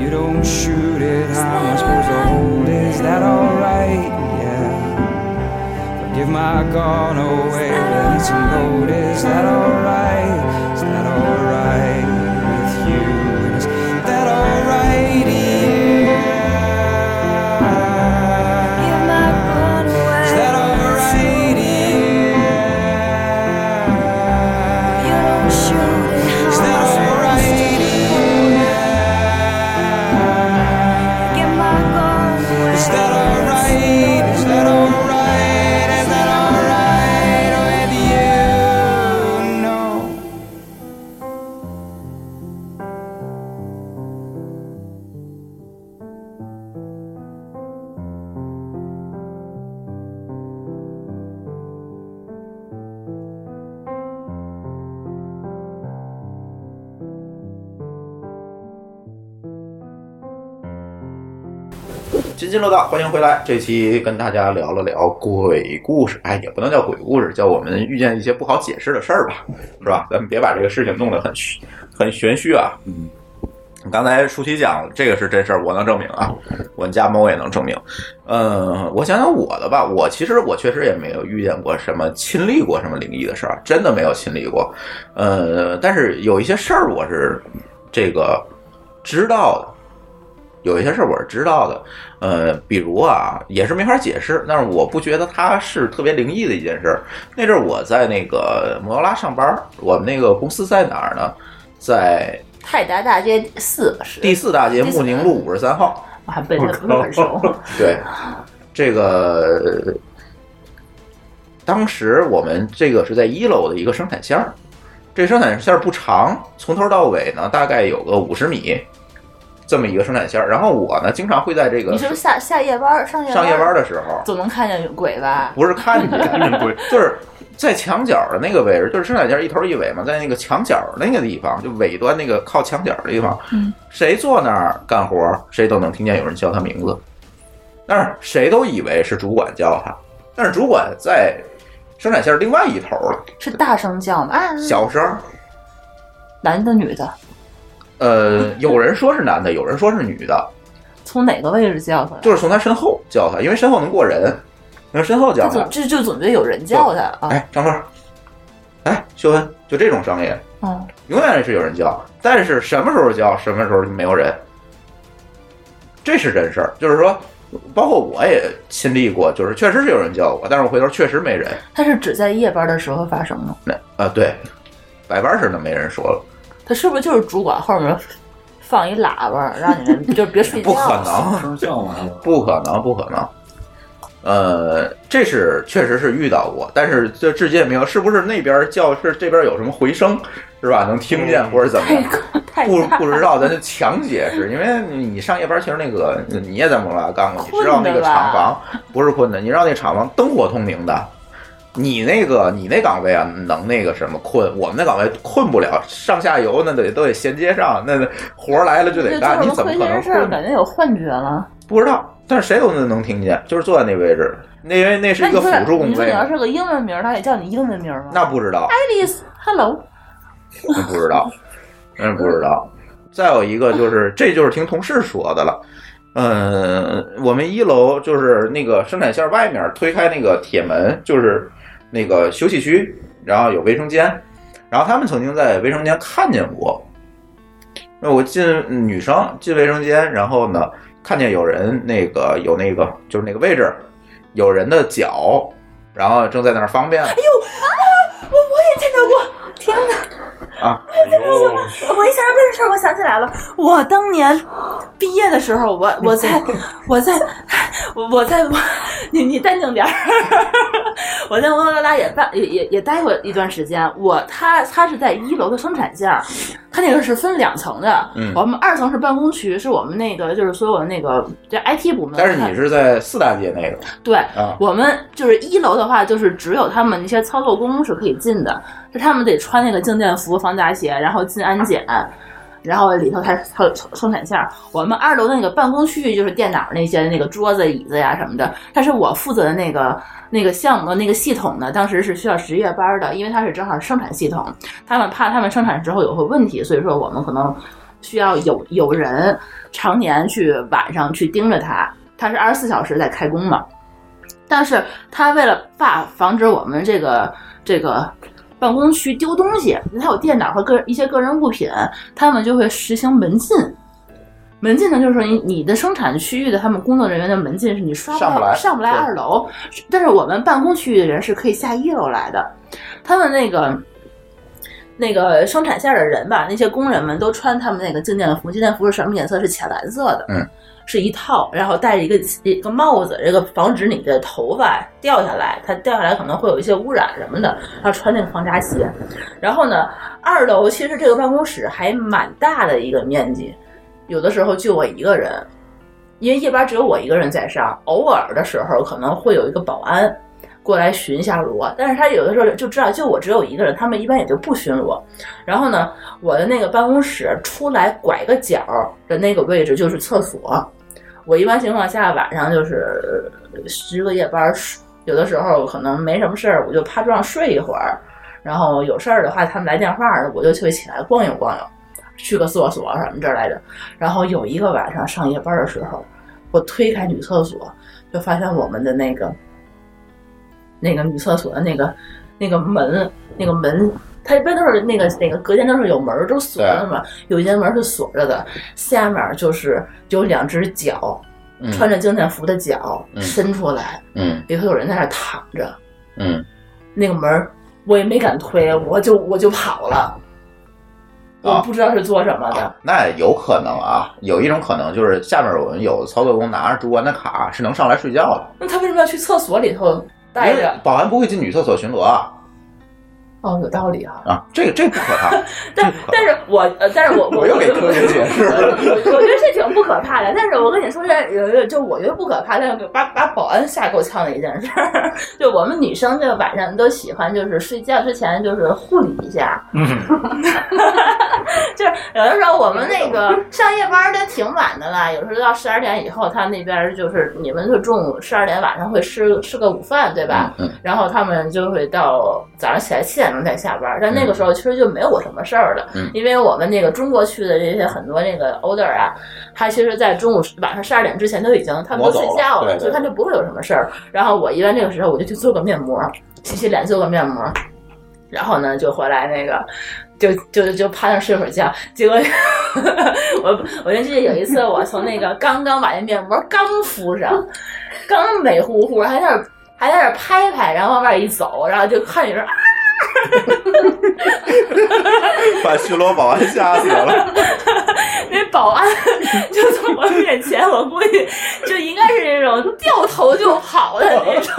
J: You don't shoot it, how am I supposed to hold it? Is that alright? Yeah. Give my gun away when it's loaded. Is that alright? Is that alright with you? And Is that alright? Yeah. Give my gun away. Is that alright? Yeah. You don't shoot it. Is that alright? Yeah. Give my gun away. Is that alright? Is that alright? Is that alright with you? No.
C: 津津乐道，欢迎回来。这期跟大家聊了聊鬼故事，哎，也不能叫鬼故事，叫我们遇见一些不好解释的事儿吧，是吧？咱们别把这个事情弄得很虚很玄虚啊。嗯，刚才舒淇讲这个是真事儿，我能证明啊，我们家猫也能证明。嗯，我想想我的吧，我其实我确实也没有遇见过什么亲历过什么灵异的事儿，真的没有亲历过。呃，但是有一些事儿我是这个知道的。有一些事儿我是知道的，呃，比如啊，也是没法解释，但是我不觉得它是特别灵异的一件事儿。那阵儿我在那个摩托拉上班儿，我们那个公司在哪儿呢？在
H: 泰达大街四是
C: 第四哦大街
H: 第四
C: 穆宁路五十三号。
H: 我还背的不是很熟。
C: 对，这个当时我们这个是在一楼的一个生产线儿，这生产线儿不长，从头到尾呢大概有个五十米这么一个生产线儿。然后我呢经常会在这个
H: 你是不是下下夜班儿上夜
C: 上夜班
H: 儿
C: 儿的时候，
H: 总能看见鬼吧？
C: 不是看见， 就是在墙角的那个位置，就是生产线一头一尾嘛，在那个墙角那个地方，就尾端那个靠墙角的地方，
H: 嗯
C: 谁坐那儿干活，谁都能听见有人叫他名字。但是谁都以为是主管叫他，但是主管在生产线另外一头了，
K: 是大声叫吗？
H: 嗯
K: 啊，
C: 小声。
K: 男的女的，
C: 呃，有人说是男的，有人说是女的，
K: 从哪个位置叫他？
C: 就是从他身后叫他，因为身后能过人，那身后叫
K: 他
C: 他
K: 总。就就总觉得有人叫他啊。
C: 哎，张乐，哎，秀恩，就这种商业，
K: 嗯，
C: 永远是有人叫，但是什么时候叫，什么时候就没有人，这是真事儿。就是说，包括我也亲历过，就是确实是有人叫我，但是我回头确实没人。
K: 他是只在夜班的时候发生的，
C: 那啊，对，百班时那没人说了，
K: 他是不是就是主管后面放一喇叭，让你们就是别睡觉？
C: 不可能，不可能，不可能。呃，这是确实是遇到过，但是这至今也没有，是不是那边叫是这边有什么回声，是吧？能听见或者怎么样？
K: 太
C: 不不知道，咱就强解释，因为你上夜班，其实那个你也在摩拉干过，你知道那个厂房 不是困的，你知道那厂房灯火通明的，你那个你那岗位啊，能那个什么困，我们那岗位困不了，上下游那得都得衔接上，那那活儿来了
K: 对，
C: 就得
K: 就是
C: 干，
K: 我
C: 你
K: 们
C: 怎么
K: 亏
C: 可
K: 心
C: 能
K: 事儿，
C: 困？
K: 感觉有幻觉了。
C: 不知道，但是谁都能能听见，就是坐在那位置，那因为那是一个辅助
K: 那
C: 工
K: 你说
C: 位
K: 你，要是哎个英文名儿，他也叫你英文名儿吗？
C: 那不知道，
K: 爱丽丝，Hello，
C: 那不知道，真不知道。再有一个就是，这就是听同事说的了。嗯，我们一楼就是那个生产线外面推开那个铁门，就是那个休息区，然后有卫生间，然后他们曾经在卫生间看见过。那我进女生进卫生间，然后呢，看见有人那个有那个就是那个位置有人的脚，然后正在那儿方便
H: 哎呦，啊、我我也见到过，天哪！
C: 啊，
H: 我一下为这事儿，我想起来了，我当年毕业的时候，我我在我在我我在你你淡定点儿， 我在摩托罗拉也办也也也待过一段时间，我他他是在一楼的生产线儿，他那个是分两层的，
C: 嗯
H: 我们二层是办公区，是我们那个就是所有的那个就 IT 部门，
C: 但是你是在四大街那个，
H: 对、
C: 啊
H: 我们就是一楼的话，就是只有他们那些操作工是可以进的，是他们得穿那个静电服、防夹鞋，然后进安检，然后里头才才有生产线儿。我们二楼的那个办公区域就是电脑那些那个桌子、椅子呀什么的，但是我负责的那个那个项目的那个系统呢，当时是需要值夜班的，因为它是正好生产系统，他们怕他们生产之后有会问题，所以说我们可能需要有有人常年去晚上去盯着他，他是二十四小时在开工嘛。但是他为了怕防止我们这个这个办公区丢东西，他有电脑和个一些个人物品，他们就会实行门禁。门禁呢，就是说你你的生产区域的他们工作人员的门禁是你刷不到
C: 上不来
H: 上不来
C: 对
H: 二楼，但是我们办公区域的人是可以下一楼来的。他们那个那个生产线的人吧，那些工人们都穿他们那个静电服，静电服是什么颜色？是浅蓝色的。
C: 嗯，
H: 是一套，然后戴着一个一个帽子，这个防止你的头发掉下来，它掉下来可能会有一些污染什么的。然后穿那个防扎鞋，然后呢，二楼其实这个办公室还蛮大的一个面积，有的时候就我一个人，因为夜班只有我一个人在上，偶尔的时候可能会有一个保安过来巡一下逻，但是他有的时候就知道就我只有一个人，他们一般也就不巡逻。然后呢，我的那个办公室出来拐个角的那个位置就是厕所。我一般情况下晚上就是呃十个夜班儿，有的时候可能没什么事儿，我就趴桌上睡一会儿。然后有事儿的话，他们来电话了，我就去起来逛悠逛悠，去个厕所什么之类的。然后有一个晚上上夜班的时候，我推开女厕所，就发现我们的那个那个女厕所的那个那个门，那个门，它一般都是那个那个隔间都是有门儿，都是锁着的嘛，有一间门是锁着的，下面就是有两只脚，
C: 嗯
H: 穿着静电服的脚、
C: 嗯
H: 伸出来，
C: 嗯
H: 里头有人在那儿躺着，
C: 嗯，
H: 那个门儿我也没敢推，我就我就跑了，我不知道是做什么的。
C: 那有可能啊，有一种可能就是下面我们有操作工拿着主管的卡是能上来睡觉的，
H: 那他为什么要去厕所里头待
C: 因为
H: 着？
C: 保安不会进女厕所巡逻啊。
H: 哦，有道理啊。
C: 啊，这个这不 可怕，
H: 但但是我呃，但是我我
C: 我又给科学解释了。
H: 我觉得这挺不可怕的，但是我跟你说这有就我觉得不可怕，但是把把保安吓够呛的一件事儿。 就我们女生这个晚上都喜欢，就是睡觉之前就是护理一下。
C: 嗯
H: 就是有的时候我们那个
C: 嗯
H: 上夜班儿都挺晚的了，有时候到十二点以后，他那边儿就是你们就中午十二点晚上会吃吃个午饭，对吧？
C: 嗯嗯
H: 然后他们就会到早上起来七点钟才下班儿，但那个时候其实就没有我什么事儿了，
C: 嗯
H: 因为我们那个中国区的这些很多那个 older 啊，他其实在中午晚上十二点之前都已经他们都睡觉
C: 我走了对对
H: 所以他就不会有什么事儿。然后我一般这个时候我就去做个面膜，洗洗脸，做个面膜。然后呢，就回来那个，就就就趴那儿睡会儿觉。结果 我我就记得有一次，我从那个刚刚把那面膜刚敷上，刚美乎乎，还在那儿还在那儿拍拍，然后往外一走，然后就看有人啊，
C: 把巡逻保安吓死 了。
H: 那保安就从我面前，我估计就应该是那种掉头就跑的那种。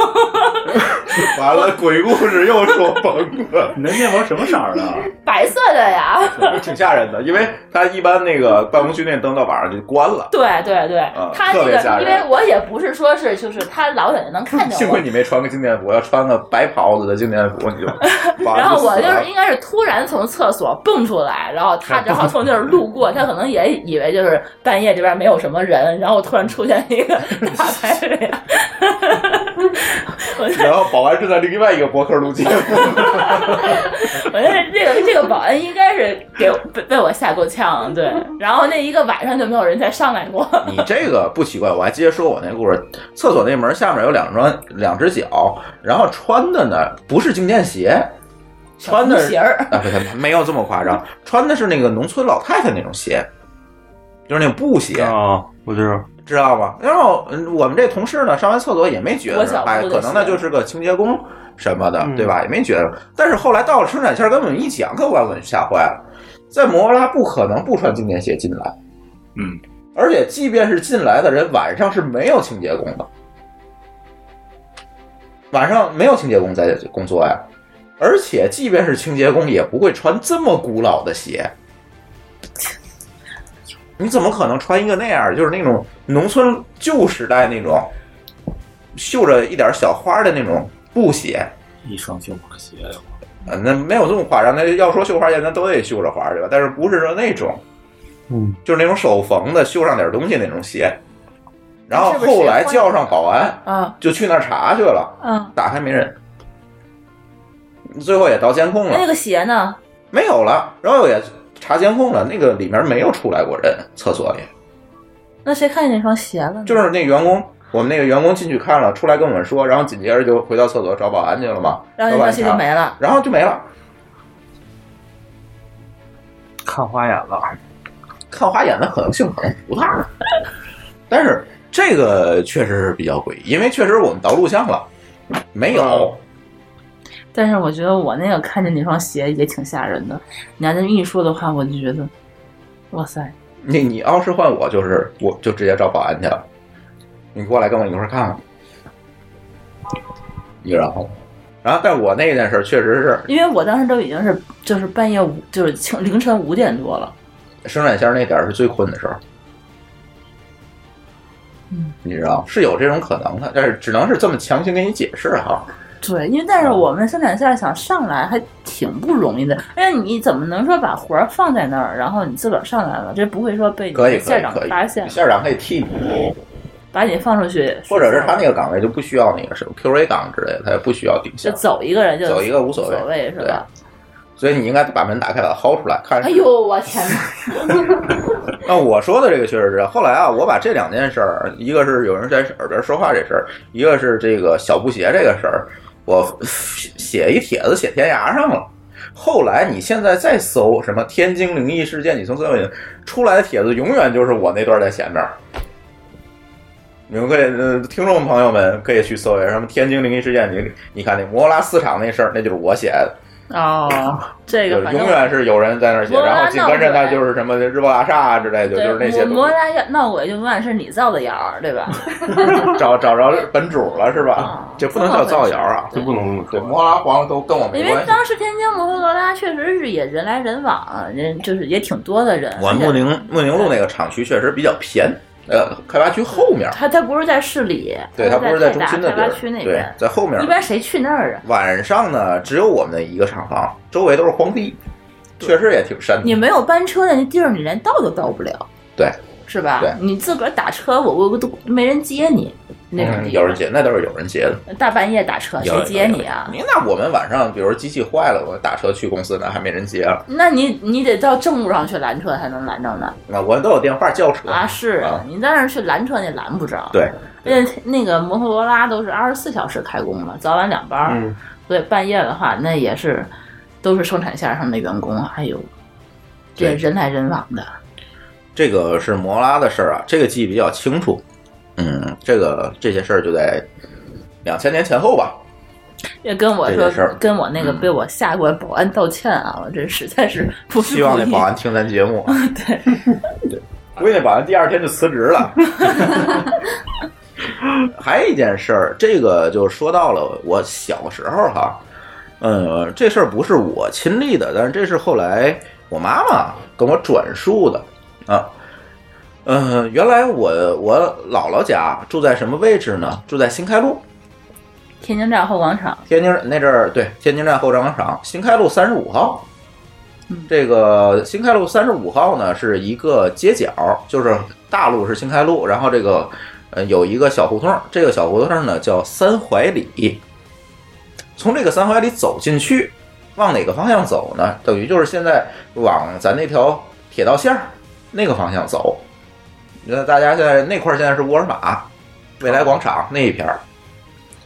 C: 完了，鬼故事又说崩了。
E: 你那面膜什么色儿的？啊
H: 白色的呀，
C: 挺吓人的，因为他一般那个办公区那灯到晚上就关了。
H: 对对对，
C: 嗯
H: 他
C: 特
H: 那
C: 别吓
H: 个，因
C: 人
H: 为我也不是说是就是他老远就能看见
C: 幸
H: 我
C: 亏，你没穿个静电服，要穿个白袍子的静电服，你 就
H: 然
C: 然
H: 后我就是应该是突然从厕所蹦出来，然后 他正好从那儿路过，他可能也以为就是半夜这边没有什么人，然后突然出现一个大白脸，
C: 然后保安正在另外一个博客录节目，
H: 我觉得这个这个保安应该是给我被被我吓够呛，对。然后那一个晚上就没有人再上来过，
C: 你这个不奇怪。我还接着说我那故事，厕所那门下面有两双两只脚，然后穿的呢不是静电鞋，穿的
H: 小红鞋儿
C: 啊，不是没有这么夸张，穿的是那个农村老太太那种鞋，就是那种布鞋
G: 啊，我知道。
C: 知道吧？然后嗯我们这同事呢，上完厕所也没觉
G: 我
C: 得
G: 小时，候
C: 哎，
G: 就
C: 可能那
G: 是
C: 就是个清洁工什么的，对吧？也没觉得。但是后来到了生产线，跟我们一啊讲，可把我们吓坏了。在摩托罗拉不可能不穿静电鞋进来，
E: 嗯，
C: 而且即便是进来的人，晚上是没有清洁工的，晚上没有清洁工在工作呀。而且即便是清洁工，也不会穿这么古老的鞋。你怎么可能穿一个那样儿，就是那种农村旧时代那种，绣着一点小花的那种布鞋？
E: 一双绣花鞋呀，
C: 啊，那没有这么夸张。那要说绣花鞋，咱都得绣着花，对吧？但是不是说那种，
G: 嗯，
C: 就是那种手缝的，绣上点东西那种鞋。然后
H: 是不是
C: 后来
H: 换
C: 叫上保安，
H: 啊
C: 就去那儿查去了，
H: 嗯，
C: 打开没人，最后也到监控了。
H: 那个鞋呢？
C: 没有了，然后也查监控了，那个里面没有出来过人，厕所里
H: 那谁看见那双鞋了呢？
C: 就是那员工，我们那个员工进去看了，出来跟我们说，然后紧接着就回到厕所找保安去了嘛，
H: 然后
C: 老
H: 那
C: 板
H: 双鞋就
C: 查
H: 没了，
C: 然后就没了，
G: 看花眼了，
C: 看花眼的可能性可能不大，但是这个确实是比较诡异，因为确实我们倒录像了，没有，
H: 但是我觉得我那个看见那双鞋也挺吓人的。你要这么一说的话，我就觉得，哇塞，
C: 你你要是换我，就是我就直接找保安去了，你过来跟我一块儿看看，你然后。然后，但我那件事儿确实是
H: 因为我当时都已经是就是半夜五就是清凌晨五点多了，
C: 生产线那点儿是最困的时候。
H: 嗯，
C: 你知道是有这种可能的，但是只能是这么强行给你解释哈。
H: 对，因为但是我们生产线想上来还挺不容易的，而且你怎么能说把活儿放在那儿，然后你自个儿上来了，这不会说被你
C: 可以，
H: 的
C: 可
H: 县
C: 以，
H: 长
C: 可以
H: 发现，
C: 县长可以替你，
H: 把你放出去，
C: 或者是他那个岗位就不需要那个什么 QA 岗之类的，他也不需要顶
H: 就
C: 线，
H: 走一个人就
C: 走一个无所
H: 所
C: 谓
H: 谓是吧？
C: 所以你应该把门打开，把它薅出来看。
H: 哎呦，我天哪！
C: 那我说的这个确实是，后来啊，我把这两件事儿，一个是有人在耳边说话这事儿，一个是这个小布鞋这个事儿，我写一帖子写天涯上了。后来你现在再搜什么天津灵异事件，你从搜索出来的帖子永远就是我那段在前面儿。你们可以，呃听众朋友们可以去搜一下什么天津灵异事件，你你看那摩拉斯场那事儿，那就是我写的。
H: 哦，这
C: 就
H: 个
C: 是
H: 反正
C: 永远是有人在那儿写，
H: 摩拉
C: 然后紧跟着他就是什么日爆大厦啊之类的，
H: 对
C: 就是那些
H: 摩
C: 东
H: 摩拉闹鬼就永远是你造的谣儿，对吧？
C: 西，找找着本主了是吧？
H: 哦
C: 这不能叫造谣啊，
G: 这不能
C: 说。对，
G: 这么
C: 摩拉皇都跟我没
H: 因
C: 关
H: 为
C: 系。
H: 当时天津摩托罗拉确实是也人来人往，人就是也挺多的人。
C: 我
H: 而且
C: 穆宁穆宁路那个厂区确实比较偏，呃，开发区后面，
H: 它它不是在市里，
C: 对，它
H: 它
C: 不是在中心的
H: 开
C: 地
H: 发
C: 儿
H: 区那，
C: 对
H: 边，，
C: 在后面
H: 一。般谁去那儿啊？
C: 晚上呢，只有我们的一个厂房，周围都是荒地，确实也挺山的。
H: 你没有班车的那地儿，你连到都到不了，
C: 对，
H: 是吧
C: 对？
H: 你自个儿打车，我我我都没人接你，那种
C: 嗯
H: 地
C: 有
H: 方
C: 人接，那都是有人接的。
H: 大半夜打车，
C: 有
H: 谁接你啊？
C: 你那我们晚上，比如机器坏了，我打车去公司呢，还没人接啊。
H: 那你你得到正路上去拦车才能拦着呢
C: 那我都有电话叫车
H: 啊！是啊，你在那儿去拦车你拦不着。
C: 对，
H: 那那个摩托罗拉都是二十四小时开工了，早晚两班儿，
C: 嗯
H: 所以半夜的话，那也是都是生产线上的员工，啊还有这
C: 对
H: 人来人往的。
C: 这个是摩拉的事儿啊，这个记忆比较清楚。嗯，这个这些事儿就在两千年前后吧。
H: 也跟我
C: 这
H: 说
C: 个事儿，嗯
H: 跟我那个被我吓过的保安道歉啊！我这实在是不是
C: 希望那
H: 故意
C: 保安听咱节目、 啊。对，估计那保安第二天就辞职了。 还有一件事儿，这个就说到了我小时候哈，嗯，这事儿不是我亲历的，但是这是后来我妈妈跟我转述的啊。嗯，原来我我姥姥家住在什么位置呢？住在新开路，
H: 天津站后广场，
C: 天津那阵儿对，天津站后广场新开路三十五号。这个新开路三十五号呢是一个街角，就是大路是新开路，然后这个呃有一个小胡同，这个小胡同呢叫三槐里。从这个三槐里走进去，往哪个方向走呢？等于就是现在往咱那条铁道线儿那个方向走。那大家现在那块儿现在是沃尔玛、未来广场那一片儿，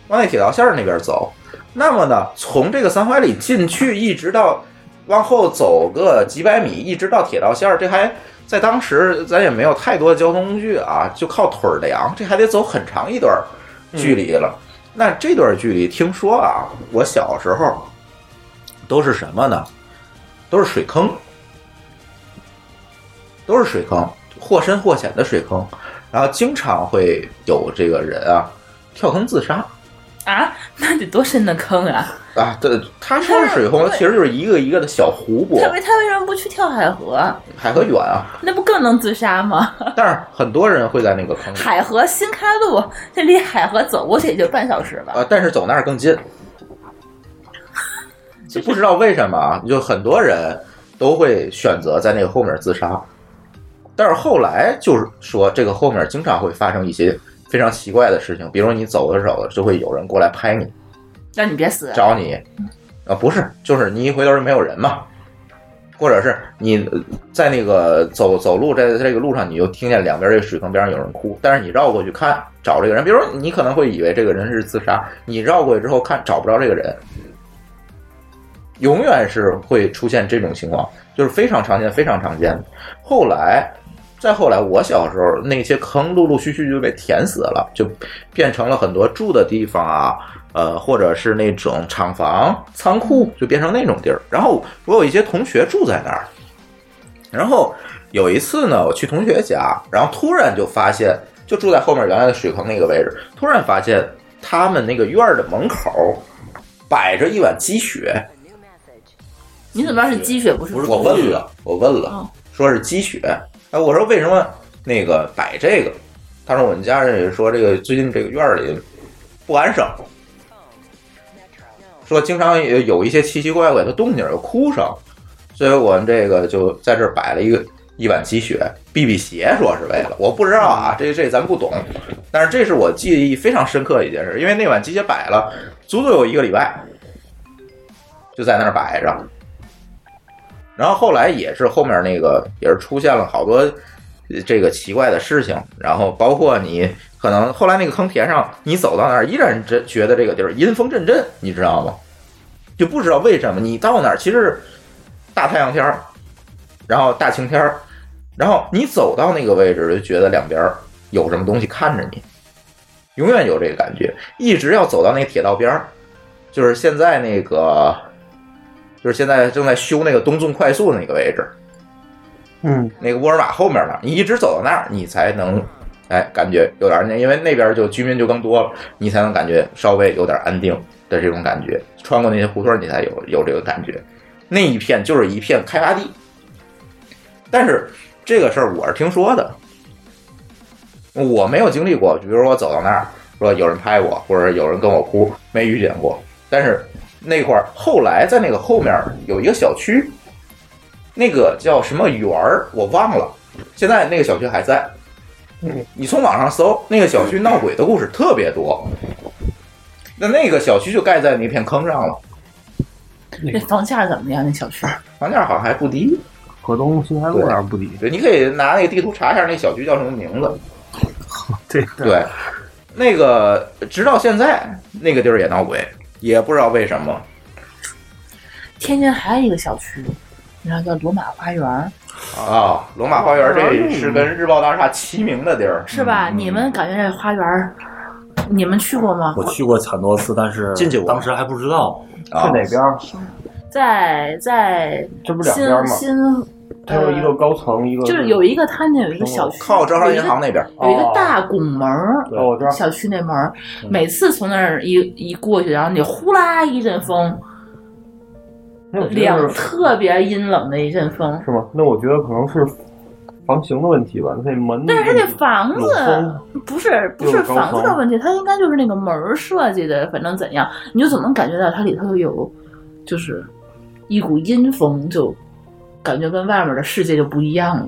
C: 往那铁道线儿那边走。那么呢，从这个三槐里进去，一直到往后走个几百米，一直到铁道线儿，这还在当时咱也没有太多的交通工具啊，就靠腿儿量，这还得走很长一段儿距离了。那这段距离，听说啊，我小时候都是什么呢？都是水坑，都是水坑，或深或浅的水坑，然后经常会有这个人啊跳坑自杀。
H: 啊，那得多深的坑啊！
C: 啊，对，他说是水坑，其实就是一个一个的小湖泊，
H: 他为他为什么不去跳海河？
C: 海河远啊。
H: 那不更能自杀吗？
C: 但是很多人会在那个坑里
H: 海河新开路，这离海河走过去也就半小时吧。
C: 啊，但是走那儿更 近。就不知道为什么啊，就很多人都会选择在那个后面自杀，但是后来就是说，这个后面经常会发生一些非常奇怪的事情，比如你走着走着就会有人过来拍你，
H: 那你别死，啊
C: 找你，啊，不是，就是你一回头就没有人嘛，或者是你呃在那个走走路在在这个路上，你就听见两边这水坑边上有人哭，但是你绕过去看找这个人，比如说你可能会以为这个人是自杀，你绕过去之后看找不着这个人，永远是会出现这种情况，就是非常常见，非常常见的。后来。再后来，我小时候那些坑陆陆续续就被填死了，就变成了很多住的地方啊，呃，或者是那种厂房、仓库，就变成那种地儿。然后我有一些同学住在那儿，然后有一次呢，我去同学家，然后突然就发现，就住在后面原来的水坑那个位置，突然发现他们那个院儿的门口摆着一碗鸡血，
H: 你怎么知道是鸡血不是？
C: 我问了，我问了，说是鸡血。哎，我说为什么那个摆这个？他说我们家人也说这个最近这个院儿里不安生，说经常也有一些奇奇怪怪的动静，有哭声，所以我们这个就在这儿摆了一个一碗鸡血避避邪，说是为了我不知道啊，这这咱不懂，但是这是我记忆非常深刻的一件事，因为那碗鸡血摆了足足有一个礼拜，就在那儿摆着。然后后来也是后面那个也是出现了好多呃这个奇怪的事情，然后包括你可能后来那个坑填上，你走到那儿依然这觉得这个地儿阴风阵阵，你知道吗？就不知道为什么你到那儿其实是大太阳天儿，然后大晴天儿，然后你走到那个位置就觉得两边儿有什么东西看着你，永远有这个 感觉，一直要走到那铁道边儿，就是现在那个就是现在正在修那个东纵快速那个位置，
G: 嗯，
C: 那个沃尔玛后面那儿，你一直走到那儿，你才能，哎，感觉有点儿那，因为那边就居民就更多了，你才能感觉稍微有点安定的这种感觉。穿过那些胡同，你才有有这个感觉。那一片就是一片开发地，但是这个事儿我是听说的，我没有经历过。比如说我走到那儿，说有人拍我，或者有人跟我哭，没遇见过。但是那块儿后来在那个后面有一个小区，那个叫什么园儿，我忘了。现在那个小区还在。你从网上搜那个小区闹鬼的故事特别多。那那个小区就盖在那片坑上了，
H: 那房价怎么样？那小区
C: 房价好像还不低。
G: 河东新开路那儿不低。
C: 对，你可以拿那个地图查一下那小区叫什么名字。
G: 对
C: 对，那个直到现在那个地儿也闹鬼，也不知道为什么。
H: 天津还有一个小区，你知道叫罗马花园，
C: 啊、罗马花园这是跟日报大厦齐名的地儿，
H: 是吧？你们感觉这花园，你们去过吗？
E: 我去过很多次，但是
C: 进去过
E: 当时还不知道
C: 啊
E: 是哪边儿。
H: 在在
E: 这不两边吗
H: 新
G: 它有一个高层，一个
H: 就是有一个他那有一个小区，
C: 靠招商银行那边
H: 有一个大拱门儿
G: 哦我知道，
H: 小区那门儿，每次从那儿一一过去，然后你呼啦一阵风，
G: 那我觉得
H: 两
G: 是
H: 特别阴冷的一阵风，
G: 是吗？那我觉得可能是房型的问题吧，那门。
H: 但是它这房
G: 有风
H: 子不是不
G: 又
H: 是
G: 有高
H: 房子的
G: 层
H: 问题，它应该就是那个门儿设计的，反正怎样，你就总能感觉到它里头有，就是一股阴风，就感觉跟外面的世界就不一样了。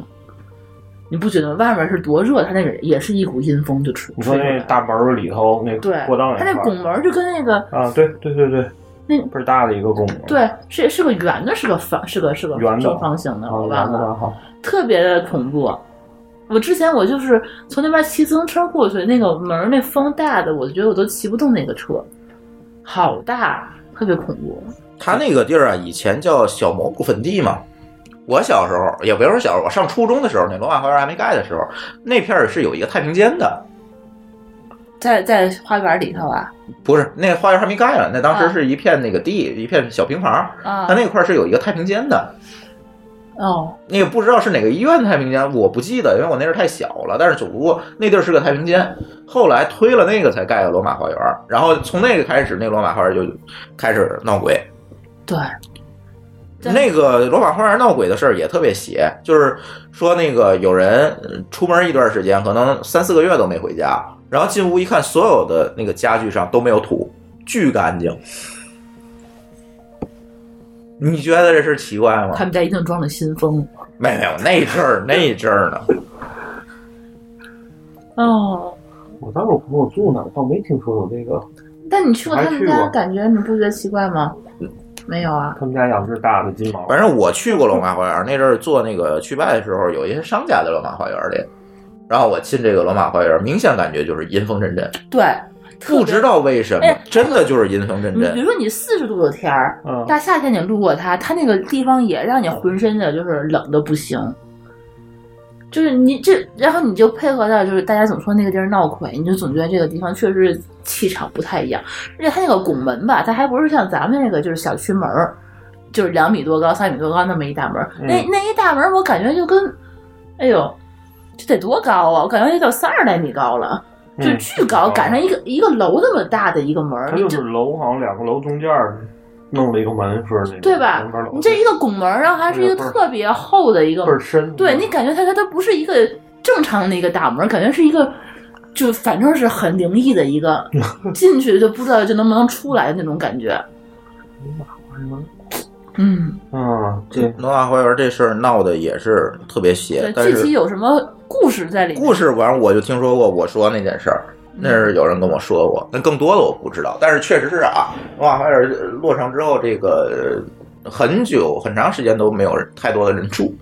H: 你不觉得外面是多热，它那个也是一股阴风就吹。
G: 你说那大门儿里头那
H: 对，
G: 过道那
H: 它那
G: 块儿
H: 拱门儿就跟那个
G: 啊，对对对对，
H: 那
G: 倍儿大的一个拱啊门，
H: 对是是个圆的，是个方是个是个
G: 圆的
H: 正方形的，
G: 啊，
H: 我
G: 圆
H: 忘
G: 的
H: 了。
G: 还好，
H: 特别的恐怖。我之前我就是从那边骑自行车过去，那个门儿那风大的，我觉得我都骑不动那个车，好大，特别恐怖。
C: 他那个地儿啊，以前叫小蘑菇坟地嘛。我小时候，也不是说小时候，我上初中的时候，那罗马花园还没盖的时候，那片儿是有一个太平间的，
H: 在在花园里头啊，
C: 不是那个花园还没盖呢。那当时
H: 啊
C: 是一片那个地，一片小平房。
H: 啊
C: 它那块儿是有一个太平间的，
H: 哦，
C: 那个不知道是哪个医院的太平间，我不记得，因为我那时候太小了。但是只不过那地儿是个太平间，后来推了那个才盖的罗马花园，然后从那个开始，那罗马花园就开始闹鬼。
H: 对，
C: 那个罗马花园闹鬼的事儿也特别邪，就是说那个有人呃出门一段时间，可能三四个月都没回家，然后进屋一看，所有的那个家具上都没有土，巨干净。你觉得这事儿奇怪吗？
H: 他们家一定装了新风。
C: 没有没有，那阵儿那阵儿呢，
H: 哦，
G: 我当时我朋友住那儿，倒没听说有这个。
H: 但你去过
G: 我还
H: 他们
G: 去
H: 家，
G: 过
H: 感觉你不觉得奇怪吗？没有啊，
G: 他们家养只大的金毛，
C: 反正我去过罗马花园，那阵儿做那个去拜的时候，有一些商家在罗马花园里，然后我进这个罗马花园，明显感觉就是阴风阵阵，
H: 对，
C: 不知道为什么
H: 哎，
C: 真的就是阴风阵
H: 你比
C: 阵
H: 如。说你四十度的天儿，
G: 嗯
H: 大夏天你路过它，它那个地方也让你浑身的就是冷的不行。就是你这，然后你就配合到就是大家总说那个地儿闹鬼，你就总觉得这个地方确实气场不太一样。而且它那个拱门吧，它还不是像咱们那个就是小区门儿，就是两米多高、三米多高那么一大门儿。
L: 嗯
H: 那那一大门儿，我感觉就跟，哎呦，这得多高啊！我感觉也就三十来米高了，就
G: 嗯
H: 巨高，赶上一个一个楼那么大的一个门儿，
G: 它
H: 你
G: 就
H: 这
G: 是楼，好像两个楼中间儿弄了一个门似的那种，
H: 对吧
G: 门边儿？楼
H: 你这一个拱门儿，然后还是一个特别厚的一个
G: 倍，儿深，嗯
H: 对你感觉它它它不是一个正常的一个大门儿，感觉是一个就反正是很灵异的一 个，进去就不知道就能不能出来的那种感觉。嗯，
G: 嗯，
C: 这罗马花园这事儿闹的也是特别邪
H: 对，，
C: 但
H: 具体
C: 是
H: 有什么故事在里面？
C: 故事完我就听说过我说那件事儿，那是有人跟我说过，那更多的我不知道，但是确实是啊，罗马花园落成之后，这个呃很久很长时间都没有人太多的人住，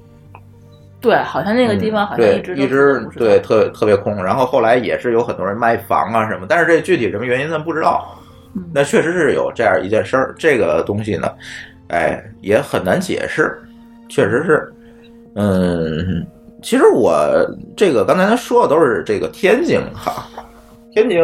H: 对，好像那个地方好像
C: 嗯对
H: 一，直都
C: 一直对特特别空，然后后来也是有很多人卖房啊什么，但是这具体什么原因咱不知道。
H: 嗯
C: 那确实是有这样一件事儿，这个东西呢，哎，也很难解释，确实是，嗯，其实我这个刚才他说的都是这个天津哈，天津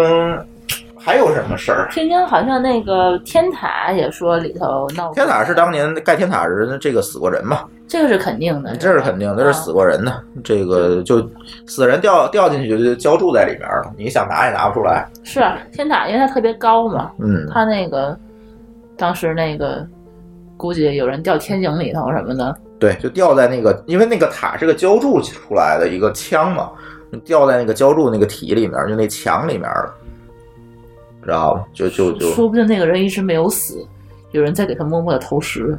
C: 还有什么事儿？
H: 天津好像那个天塔也说里头闹过
C: 天塔是当年盖天塔人这个死过人嘛？
H: 这个是肯定的，
C: 嗯
H: 啊
C: 这是肯定，这是死过人的。这个就死人掉掉进去就浇筑在里面了，你想拿也拿不出来。
H: 是啊天塔，因为它特别高嘛，
C: 嗯
H: 它那个当时那个估计有人掉天井里头什么的，
C: 对，就掉在那个，因为那个塔是个浇筑出来的一个腔嘛，掉在那个浇筑那个体里面，就那墙里面了，知道吧？就就就
H: 说不定那个人一直没有死，有人在给他默默的投食，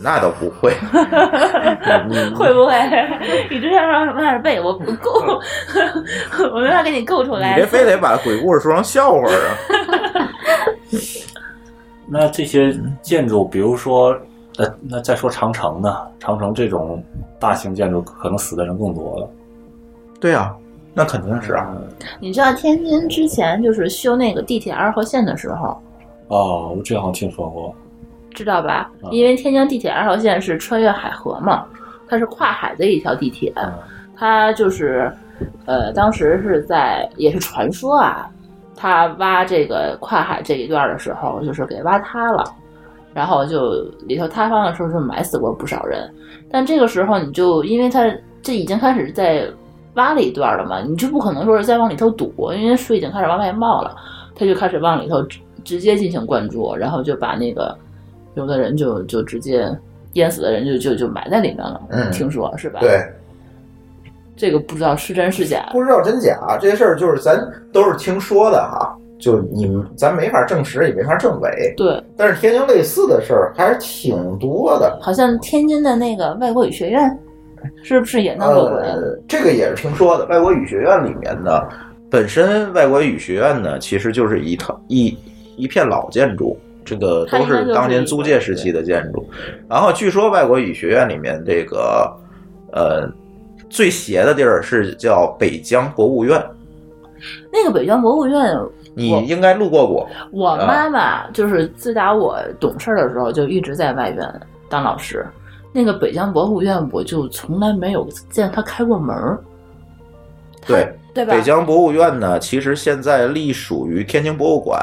C: 那倒不会，
H: 会 不会一直想让什么点背我不够， 我没法给你够出
C: 你
H: 来
C: 这。非得把鬼故事说成笑话啊？
E: 那这些建筑，比如说，呃，那再说长城呢？长城这种大型建筑，可能死的人更多了。
C: 对啊，
H: 嗯
C: 那肯定是啊。
H: 你知道天津之前就是修那个地铁二号线的时候，
E: 哦，我这好像听说过。
H: 知道吧？
C: 啊
H: 因为天津地铁二号线是穿越海河嘛，它是跨海的一条地铁，它就是，呃，当时是在也是传说啊，他挖这个跨海这一段的时候，就是给挖塌了。然后就里头塌方的时候是埋死过不少人，但这个时候你就因为它这已经开始在挖了一段了嘛，你就不可能说是再往里头堵，因为水已经开始往外冒了，他就开始往里头直直接进行灌注，然后就把那个有的人就就直接淹死的人就就就埋在里面了，
C: 嗯
H: 听说是吧？
C: 对，
H: 这个不知道是真是假，
C: 不知道真假啊这些事儿，就是咱都是听说的哈、就你咱没法证实，也没法证伪。
H: 对，
C: 但是天津类似的事儿还是挺多的。
H: 好像天津的那个外国语学院是不是也闹过鬼？
C: 呃，这个也是听说的。外国语学院里面呢，本身外国语学院呢，其实就是一套一一片老建筑，这个
H: 它
C: 都
H: 应该就是是
C: 当年租界时期的建筑。然后据说外国语学院里面这个呃最邪的地儿是叫北疆博物院，
H: 那个北京博物院，
C: 你应该路过过。
H: 我妈
C: 啊
H: 妈就是自打我懂事儿的时候就一直在外院当老师。那个北京博物院，我就从来没有见他开过门儿。
C: 对
H: 对吧
C: 北疆博物院呢，其实现在隶属于天津博物馆。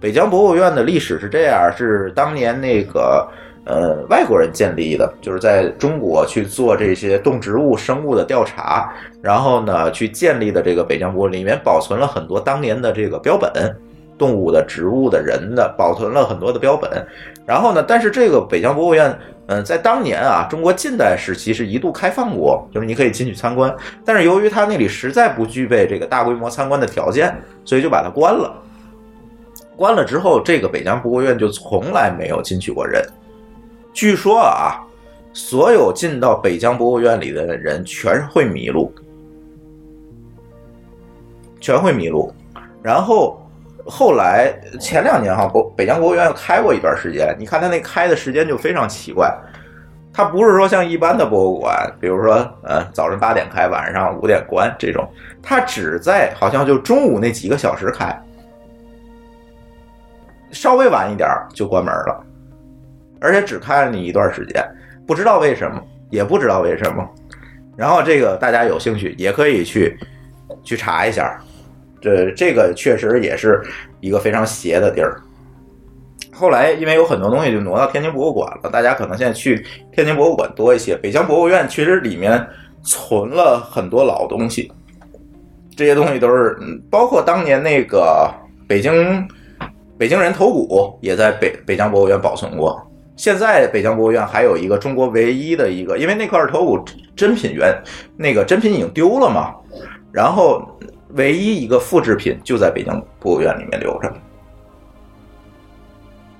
C: 北疆博物院的历史是这样，是当年那个呃外国人建立的，就是在中国去做这些动植物、生物的调查，然后呢去建立的这个北疆博物，里面保存了很多当年的这个标本。动物的、植物的、人的，保存了很多的标本。然后呢，但是这个北疆博物院，嗯、在当年啊，中国近代时期是一度开放过，就是你可以进去参观。但是由于它那里实在不具备这个大规模参观的条件，所以就把它关了。关了之后，这个北疆博物院就从来没有进去过人。据说啊，所有进到北疆博物院里的人全是会迷路，全会迷路。然后后来前两年哈，博北疆博物院开过一段时间，你看它那开的时间就非常奇怪。它不是说像一般的博物馆，比如说，呃，早晨八点开，晚上五点关这种，它只在好像就中午那几个小时开，稍微晚一点儿就关门了，而且只开了你一段时间，不知道为什么，也不知道为什么。然后这个大家有兴趣也可以去去查一下，这这个确实也是一个非常邪的地儿。后来因为有很多东西就挪到天津博物馆了，大家可能现在去天津博物馆多一些。北疆博物院其实里面存了很多老东西，这些东西都是嗯包括当年那个北京北京人头骨也在北北疆博物院保存过。现在北疆博物院还有一个中国唯一的一个，因为那块头骨珍品原那个珍品已经丢了嘛，然后唯一一个复制品就在北京博物院里面留着。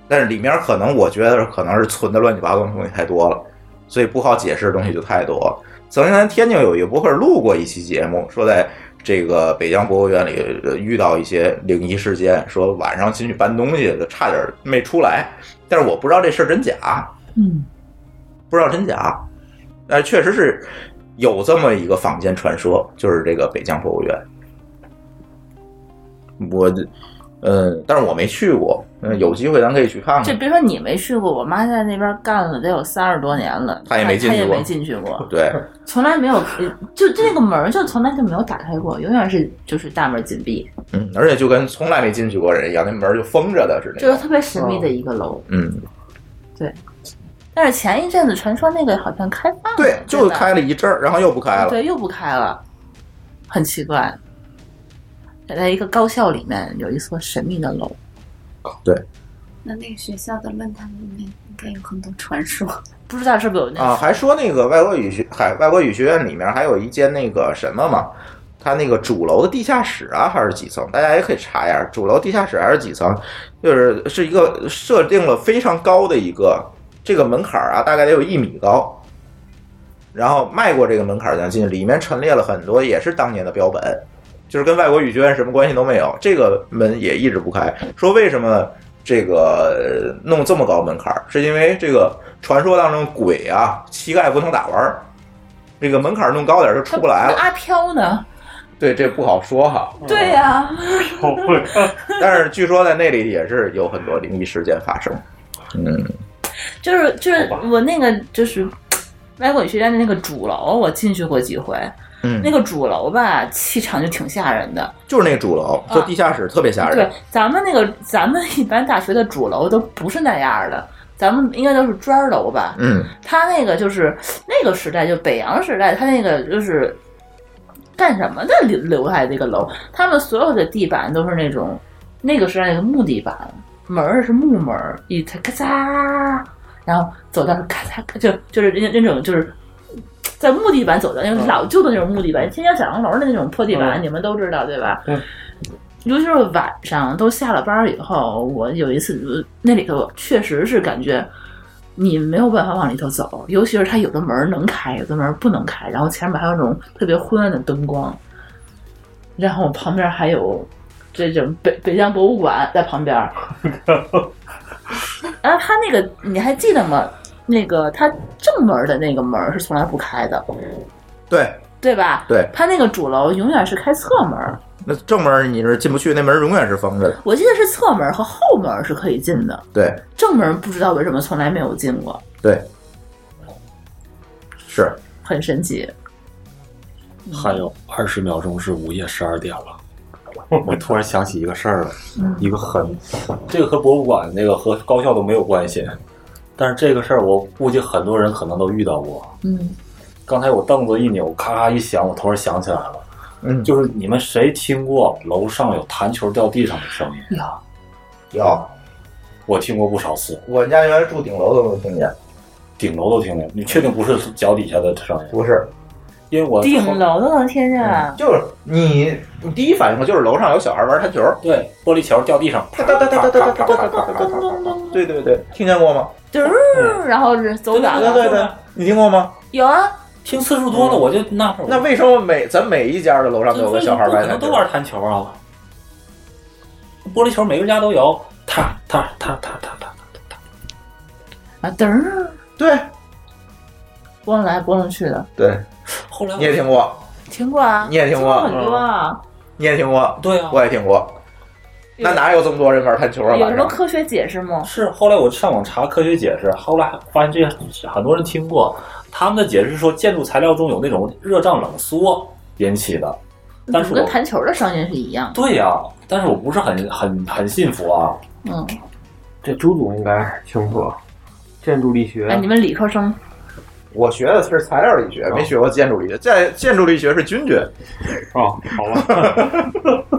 C: 但是里面可能我觉得可能是存的乱七八糟的东西太多了，所以不好解释的东西就太多了。曾经咱天津有一个博客录过一期节目，说在这个北疆博物院里呃遇到一些灵异事件，说晚上进去搬东西就差点没出来，但是我不知道这事儿真假，
H: 嗯，
C: 不知道真假，但是确实是有这么一个坊间传说，就是这个北疆博物院。我，呃，但是我没去过，嗯，有机会咱可以去看
H: 这
C: 看。
H: 别说你没去过，我妈在那边干了得有三十多年了，
C: 她也没进
H: 她
C: 去
H: 也
C: 过
H: 没进去过，
C: 对，
H: 从来没有，呃就这个门儿就从来就没有打开过，永远是就是大门紧闭，
C: 嗯，而且就跟从来没进去过人一样，那门儿就封着的似的。
H: 就是特别神秘的一个楼。
C: 嗯，
H: 对，但是前一阵子传说那个好像开放了，对，
C: 就开了一阵儿，然后又不开了。
H: 嗯对，又不开了，很奇怪。在一个高校里面有一所神秘的楼，
C: 对
F: 那那个学校的论坛里面应该有很多传说。
H: 不知道是不是有那
C: 啊，还说那个外国语学海外国语学院里面还有一间那个什么嘛，它那个主楼的地下室啊，还是几层？大家也可以查一下，主楼地下室还是几层？就是是一个设定了非常高的一个这个门槛儿啊，大概得有一米高。然后迈过这个门槛儿才能进去，里面陈列了很多也是当年的标本，就是跟外国语学院什么关系都没有。这个门也一直不开，说为什么这个呃弄这么高门槛儿，是因为这个传说当中鬼啊膝盖不能打弯儿，这个门槛儿弄高点儿就出不来
H: 那
C: 了。
H: 阿飘呢？
C: 对，这不好说哈。
H: 对呀、
C: 但是据说在那里也是有很多灵异事件发生。嗯，
H: 就是就是我那个就是外国语学院的那个主楼，我进去过几回。
C: 嗯
H: 那个主楼吧，气场就挺吓人的。
C: 就是那主楼，就地下室特别吓人。
H: 啊对，咱们那个咱们一般大学的主楼都不是那样的，咱们应该都是砖楼吧？
C: 嗯，
H: 他那个就是那个时代，就北洋时代，他那个就是干什么的留留下来这个楼，他们所有的地板都是那种那个时代那个木地板，门儿是木门儿，一咔咔嚓，然后走道是咔嚓咔，就就是那那种就是。在木地板走的那种老旧的那种木地板，天津小洋楼的那种破地板，
M: 嗯
H: 你们都知道对吧？
M: 对
H: 尤其是晚上都下了班儿以后，我有一次那里头确实是感觉你没有办法往里头走，尤其是它有的门儿能开，有的门儿不能开，然后前面还有那种特别昏暗的灯光，然后旁边还有这种北北疆博物馆在旁 边儿，然后它那个你还记得吗？那个它正门儿的那个门儿是从来不开的，
C: 对
H: 对吧？
C: 对
H: 它那个主楼永远是开侧门儿。
C: 那正门儿你是进不去，那门儿永远是封着的。
H: 我记得是侧门和后门是可以进的，
C: 对
H: 正门不知道为什么从来没有进过，
C: 对，是
H: 很神奇。
E: 还有二十秒钟是午夜十二点了，我突然想起一个事儿了
H: 嗯，
E: 一个很，这个和博物馆那个和高校都没有关系，但是这个事儿我估计很多人可能都遇到过。
H: 嗯，
E: 刚才我凳子一扭，咔咔一响，我突然想起来了，
C: 嗯，
E: 就是你们谁听过楼上有弹球掉地上的声音？
H: 有，
C: 有，
E: 我听过不少次。
C: 我们家原来住顶楼都能听见，
E: 顶楼都听见。你确定不是脚底下的声音？
C: 不是，
E: 因为我
H: 顶楼都能听见啊，
C: 就是你你第一反应就是楼上有小孩玩弹球，
E: 对，玻璃球掉地上，
C: 哒哒哒哒哒哒哒哒哒哒哒，对对对，听见过吗？
H: 嘟儿，然后是走远了。
C: 对对，你听过吗？
H: 有啊，
E: 听次数多了，我就那会儿
C: 那为什么每咱每一家的楼上都有个小孩
E: 不
C: 玩
E: 可
C: 弹
E: 能都
C: 球？
E: 玩弹球啊！玻璃球每个家都有，踏踏踏踏踏踏。
H: 啊，嘚儿，
C: 对，
H: 拨弄来拨弄去的，
C: 对，
E: 后来
C: 你也听过，
H: 听过啊，
C: 你也听过嗯
H: 很多啊，
C: 你也听过，
E: 对啊，
C: 我也听过。那哪有这么多人玩弹球啊？
H: 有什
C: 晚
H: 么
C: 上
H: 科学解释吗？
E: 是，后来我上网查科学解释，后来发现这些很多人听过，他们的解释是说建筑材料中有那种热胀冷缩引起的，但是
H: 怎么
E: 我
H: 跟弹球的声音是一样的。
E: 对呀、但是我不是很很很信服啊。
H: 嗯，
G: 这朱总应该清楚，建筑力学
H: 哎，你们理科生
C: 我学的是材料力学，
H: 哦
C: 没学过建筑力学。在建筑力学是军军。
G: 哦，好吧。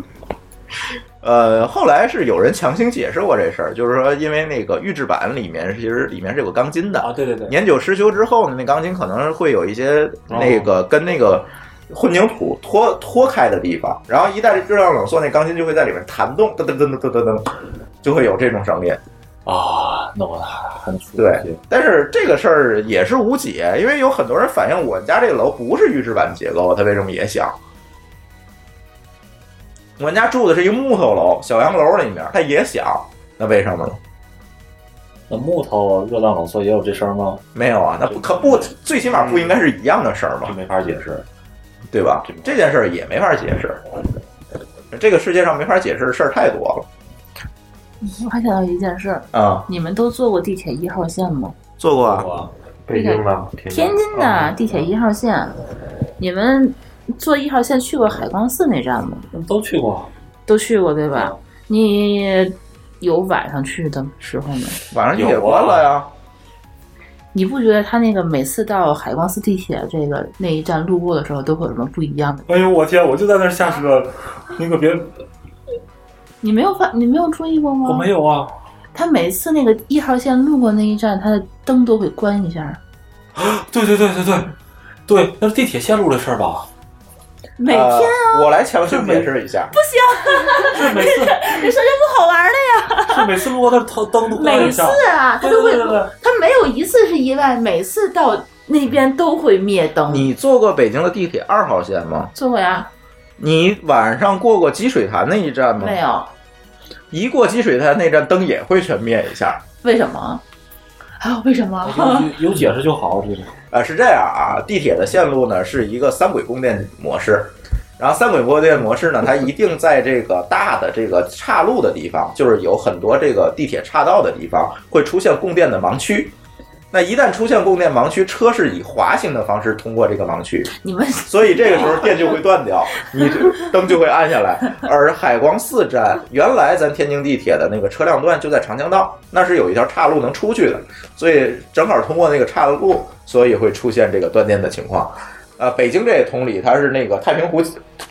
C: 呃，后来是有人强行解释过这事儿，就是说，因为那个预制板里面其实里面是有钢筋的
E: 啊，对对对，
C: 年久失修之后呢，那钢筋可能会有一些那个跟那个混凝土脱脱开的地方，然后一旦热胀冷缩，那钢筋就会在里面弹动，噔噔噔噔噔噔噔，就会有这种声音。
E: 啊，那我很
C: 对，但是这个事儿也是无解，因为有很多人反映我们家这个楼不是预制板结构，他为什么也响？我们家住的是一个木头楼，小洋楼里面，它也响，那为什么呢？
E: 那木头热胀冷缩也有这声吗？
C: 没有啊，那不可不，最起码不应该是一样的事儿吗？
E: 没法解释，
C: 对吧？这件事儿也没法解释，这个世界上没法解释的事儿太多了。
H: 我还想到一件事儿
C: 啊
H: 你们都坐过地铁一号线吗？
C: 坐过啊，
H: 北京
G: 的
H: 天津
E: 啊
H: 的地铁一号线，你们坐一号线去过海光寺那站吗？
E: 都去过，
H: 都去过对吧？你有晚上去的时候吗？
C: 晚上地铁关了呀。
H: 你不觉得他那个每次到海光寺地铁这个那一站路过的时候，都会有什么不一样的？
E: 哎呦我天，我就在那儿下车，你可别，
H: 你没有发，你没有注意过吗？
E: 我没有啊，
H: 他每次那个一号线路过那一站，他的灯都会关一下。
E: 对对对对对，对，那是地铁线路的事儿吧？
H: 每天啊，
C: 呃我来强行解释一下，
H: 不行，
E: 是每次
H: 这事儿就不好玩了呀。
E: 是每次路过那儿灯灯都关
H: 每
E: 一
H: 次
E: 下
H: 啊，他
E: 对
H: 都会
E: 对对对对，
H: 他没有一次是意外，每次到那边都会灭灯。啊
C: 你坐过北京的地铁二号线吗？
H: 坐过呀？
C: 你晚上过过积水潭那一站吗？
H: 没。有？
C: 一过积水潭那站，灯也会全灭一下。
H: 为什么？啊，为什么？
E: 有解释就好，这个。
C: 啊，是这样啊，地铁的线路呢是一个三轨供电模式，然后三轨供电模式呢，它一定在这个大的这个岔路的地方，就是有很多这个地铁岔道的地方会出现供电的盲区。那一旦出现供电盲区，车是以滑行的方式通过这个盲区，
H: 你们
C: 所以这个时候电就会断掉，你灯就会暗下来。而海光寺站原来咱天津地铁的那个车辆段就在长江道，那是有一条岔路能出去的，所以正好通过那个岔路，所以会出现这个断电的情况。呃，北京这也同理，它是那个太平湖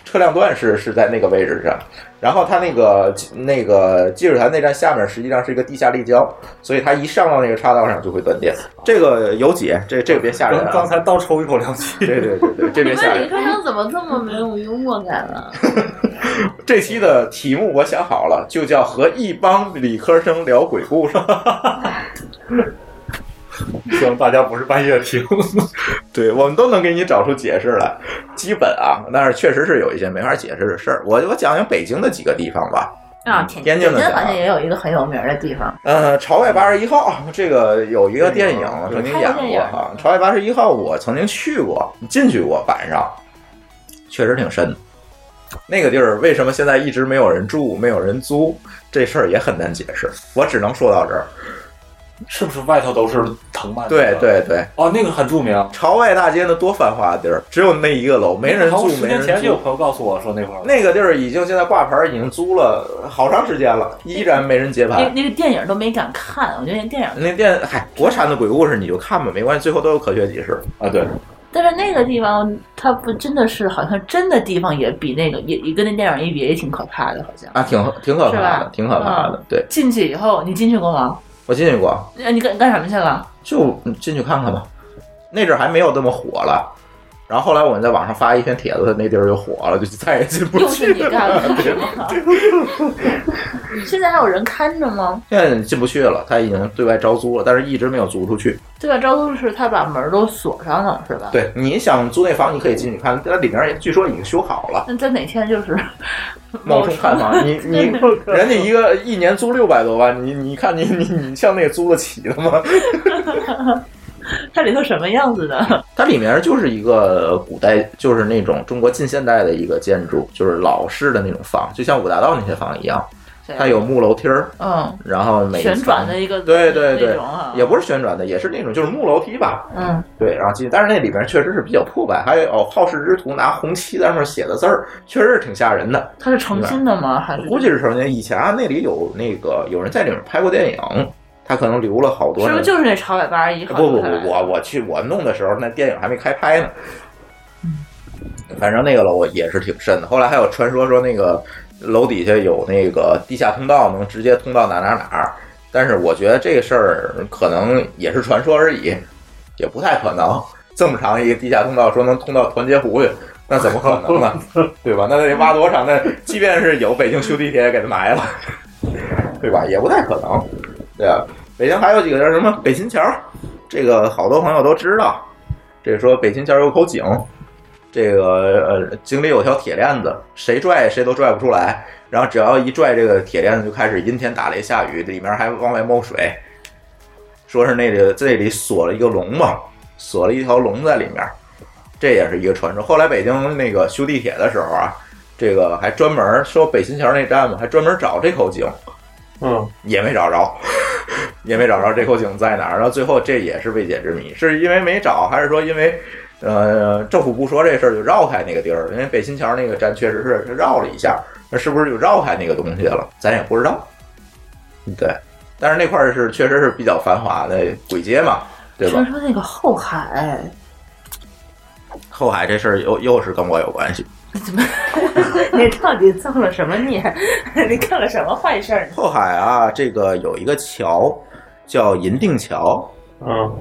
C: 车辆段是是在那个位置上，然后它那个那个积水潭那站下面实际上是一个地下立交，所以它一上到那个岔道上就会断电。这个有解，这这个别吓人、啊。
E: 刚才倒抽一口凉气。
C: 对对对对，这别吓人。
H: 科生怎么这么没有幽默感啊呢、
C: 这期的题目我想好了，就叫和一帮理科生聊鬼故事。
E: 希望大家不是半夜听。
C: 对，我们都能给你找出解释来，基本啊，但是确实是有一些没法解释的事儿。我我讲讲北京的几个地方吧。
H: 啊？天
C: 天津
H: 津
C: 的
H: 好像也有一个很有名的地方，
C: 呃，朝外八十一号这个有一个电影
E: 嗯
C: 曾经演过哈，朝外八十一号我曾经去过，进去过晚上，确实挺深的。那个地儿为什么现在一直没有人住、没有人租，这事儿也很难解释。我只能说到这儿。
E: 是不是外头都是藤蔓？
C: 对对对，
E: 哦，那个很著名。
C: 朝外大街呢，多繁华的地儿，只有那一个楼，没人
E: 好
C: 住
E: 像，十
C: 没人
E: 年前就
C: 住
E: 有。朋友告诉我说那块儿
C: 那个地儿已经现在挂牌儿已经租了好长时间了，依然没人接
H: 那
C: 盘。
H: 那个电影都没敢看，我觉得那电影
C: 那店嗨，国产的鬼故事你就看吧，没关系，最后都有科学解释
E: 啊。对，
H: 但是那个地方，它不真的是好像真的地方也比那个也也跟那电影一比也挺可怕的，好像
C: 啊，挺挺可怕
H: 是
C: 的
H: 吧，？
C: 挺可怕的
H: 嗯。
C: 对，
H: 进去以后，你进去过吗？
C: 我进去过，
H: 呃你干干什么去了？
C: 就嗯进去看看吧。那阵儿还没有这么火了。然后后来我们在网上发一篇帖子，那地儿就火了，就再也进不
H: 又
C: 去
H: 是你干
C: 了。
H: 了 是吗？现在还有人看着吗？
C: 现在进不去了，他已经对外招租了，但是一直没有租出去。
H: 对吧？招租是他把门都锁上了，是吧？。
C: 对，你想租那房，你可以进去看，它里面据说已经修好了。
H: 那在哪天就是
C: 冒充看房，你你人家一个一年租六百多万，你你看你你你像那个租得起的吗？
H: 它里头什么样子的？
C: 它里面就是一个呃古代，就是那种中国近现代的一个建筑，就是老式的那种房，就像五大道那些房一样，它有木楼梯儿，
H: 嗯
C: 然后每一层
H: 旋转的一个
C: 对对
H: 那
C: 对
H: 种啊，
C: 也不是旋转的，也是那种就是木楼梯吧，
H: 嗯，
C: 对，然后进去，但是那里边确实是比较破败，还有哦好事之徒拿红漆在上面写的字儿，确实是挺吓人的。
H: 它是诚心的吗？还是
C: 估计是成年。以前啊，那里有那个有人在里面拍过电影，他可能留了好多
H: 是
C: 那
H: 不
C: 个。
H: 是就是那朝百八十一号？
C: 不不不，我我去我弄的时候，那电影还没开拍呢。反正那个楼也是挺深的。后来还有传说说那个楼底下有那个地下通道，能直接通到哪哪哪儿。但是我觉得这个事儿可能也是传说而已，也不太可能。这么长一个地下通道，说能通到团结湖去，那怎么可能呢？对吧？那得挖多少？那即便是有北京修地铁，也给它埋了，对吧？也不太可能。对啊，北京还有几个叫什么北新桥，这个好多朋友都知道。这说北新桥有口井，这个呃井里有条铁链子，谁拽谁都拽不出来。然后只要一拽这个铁链子，就开始阴天打雷下雨，里面还往外冒水。说是那里这里锁了一个龙嘛，锁了一条龙在里面，这也是一个传说。后来北京那个修地铁的时候啊，这个还专门说北新桥那站嘛，还专门找这口井，
G: 嗯，
C: 也没找着， 也没找着这口井在哪儿。然后最后这也是未解之谜，是因为没找，还是说因为呃政府不说这事儿就绕开那个地儿？因为北新桥那个站确实是是绕了一下，那是不是就绕开那个东西了？咱也不知道。对，但是那块儿是确实是比较繁华的鬼街嘛，对吧
N: 听？说那个后海，
C: 后海这事儿又又是跟我有关系。
N: 你到底造了什么 孽？你干了什么坏事儿？
C: 后海啊，这个有一个桥叫银锭桥。
G: 嗯，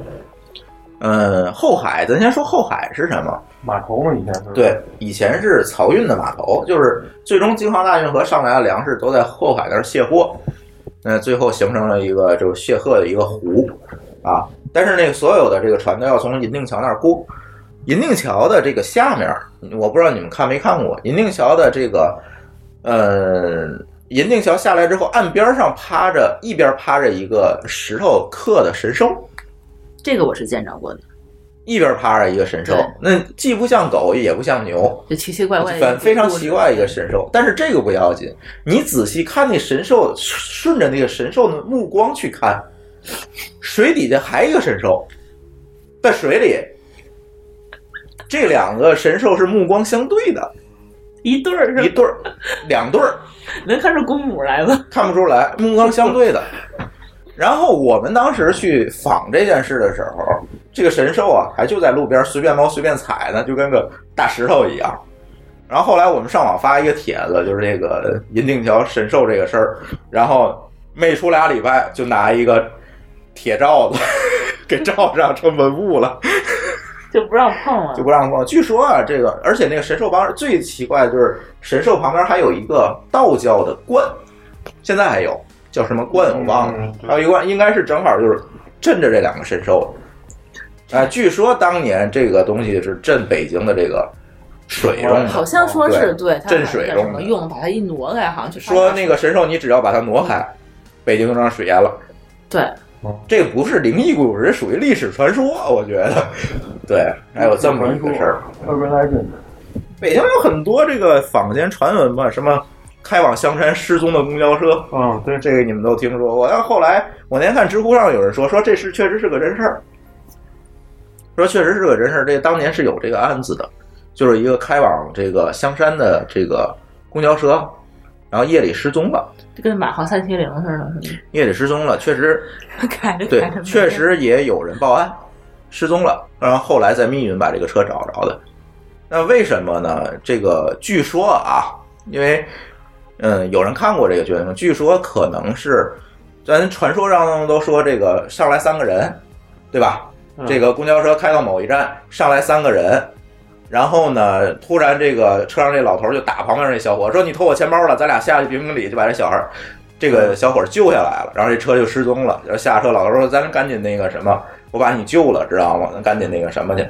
C: 呃，后海，咱先说后海是什么？
G: 码头嘛，以前是
C: 对，以前是漕运的码头，就是最终京杭大运河上来的粮食都在后海那儿卸货，那最后形成了一个就是卸货的一个湖啊。但是那个所有的这个船都要从银锭桥那儿过。银锭桥的这个下面，我不知道你们看没看过银锭桥的这个，呃，银锭桥下来之后，岸边上趴着一边趴着一个石头刻的神兽，
N: 这个我是见着过的，
C: 一边趴着一个神兽，那既不像狗也不像牛，
N: 就奇奇怪怪的一
C: 反
N: 个
C: 非常
N: 故事
C: 奇怪一个神兽。但是这个不要紧，你仔细看那神兽，顺着那个神兽的目光去看，水底下还有一个神兽，在水里，这两个神兽是目光相对的，
N: 一对儿是吧
C: 一对儿，两对儿，
N: 能看出公母来吗？
C: 看不出来，目光相对的。然后我们当时去仿这件事的时候，这个神兽啊，还就在路边随便猫随便踩呢，就跟个大石头一样。然后后来我们上网发一个帖子，就是这个银锭桥神兽这个事儿，然后没出俩礼拜就拿一个铁罩子 给罩上成文物了。
N: 就不让碰了
H: 嗯
C: 就。不让碰。据说啊，这个而且那个神兽旁最奇怪的就是神兽旁边还有一个道教的观，现在还有叫什么观我忘了，还有一个观应该是正好就是镇着这两个神兽的。啊，据说当年这个东西是镇北京的这个水中的，
N: 好像说是对，它
C: 镇水
N: 用
C: 中的。
N: 用把它一挪开，好像就
C: 说那个神兽，你只要把它挪开，北京就让水淹了。
N: 对，
C: 这不是灵异故事，这属于历史传说，我觉得。对，还有这么一个事儿。
G: urban legend。
C: 北京有很多这个坊间传闻嘛，什么开往香山失踪的公交车，
G: 嗯，对，
C: 这个你们都听说过。但后来我那天看知乎上有人说，说这事确实是个真事儿，说确实是个真事儿，这当年是有这个案子的，就是一个开往这个香山的这个公交车，然后夜里失踪了，
N: 就跟马航三七零似的，是吗？
C: 夜里失踪了，确实
N: 改着
C: 对
N: 改，着，
C: 确实也有人报案失踪了，然后后来在密云把这个车找着的。那为什么呢？这个据说啊，因为嗯，有人看过这个决定，据说可能是咱传说上都说这个上来三个人，对吧？
G: 嗯
C: 这个公交车开到某一站，上来三个人，然后呢，突然这个车上这老头就打旁边那小伙，说你偷我钱包了，咱俩下去评评理，就把这小孩儿这个小伙儿救下来了，然后这车就失踪了。然后下车，老头说：“咱赶紧那个什么，我把你救了，知道吗？咱赶紧那个什么去。”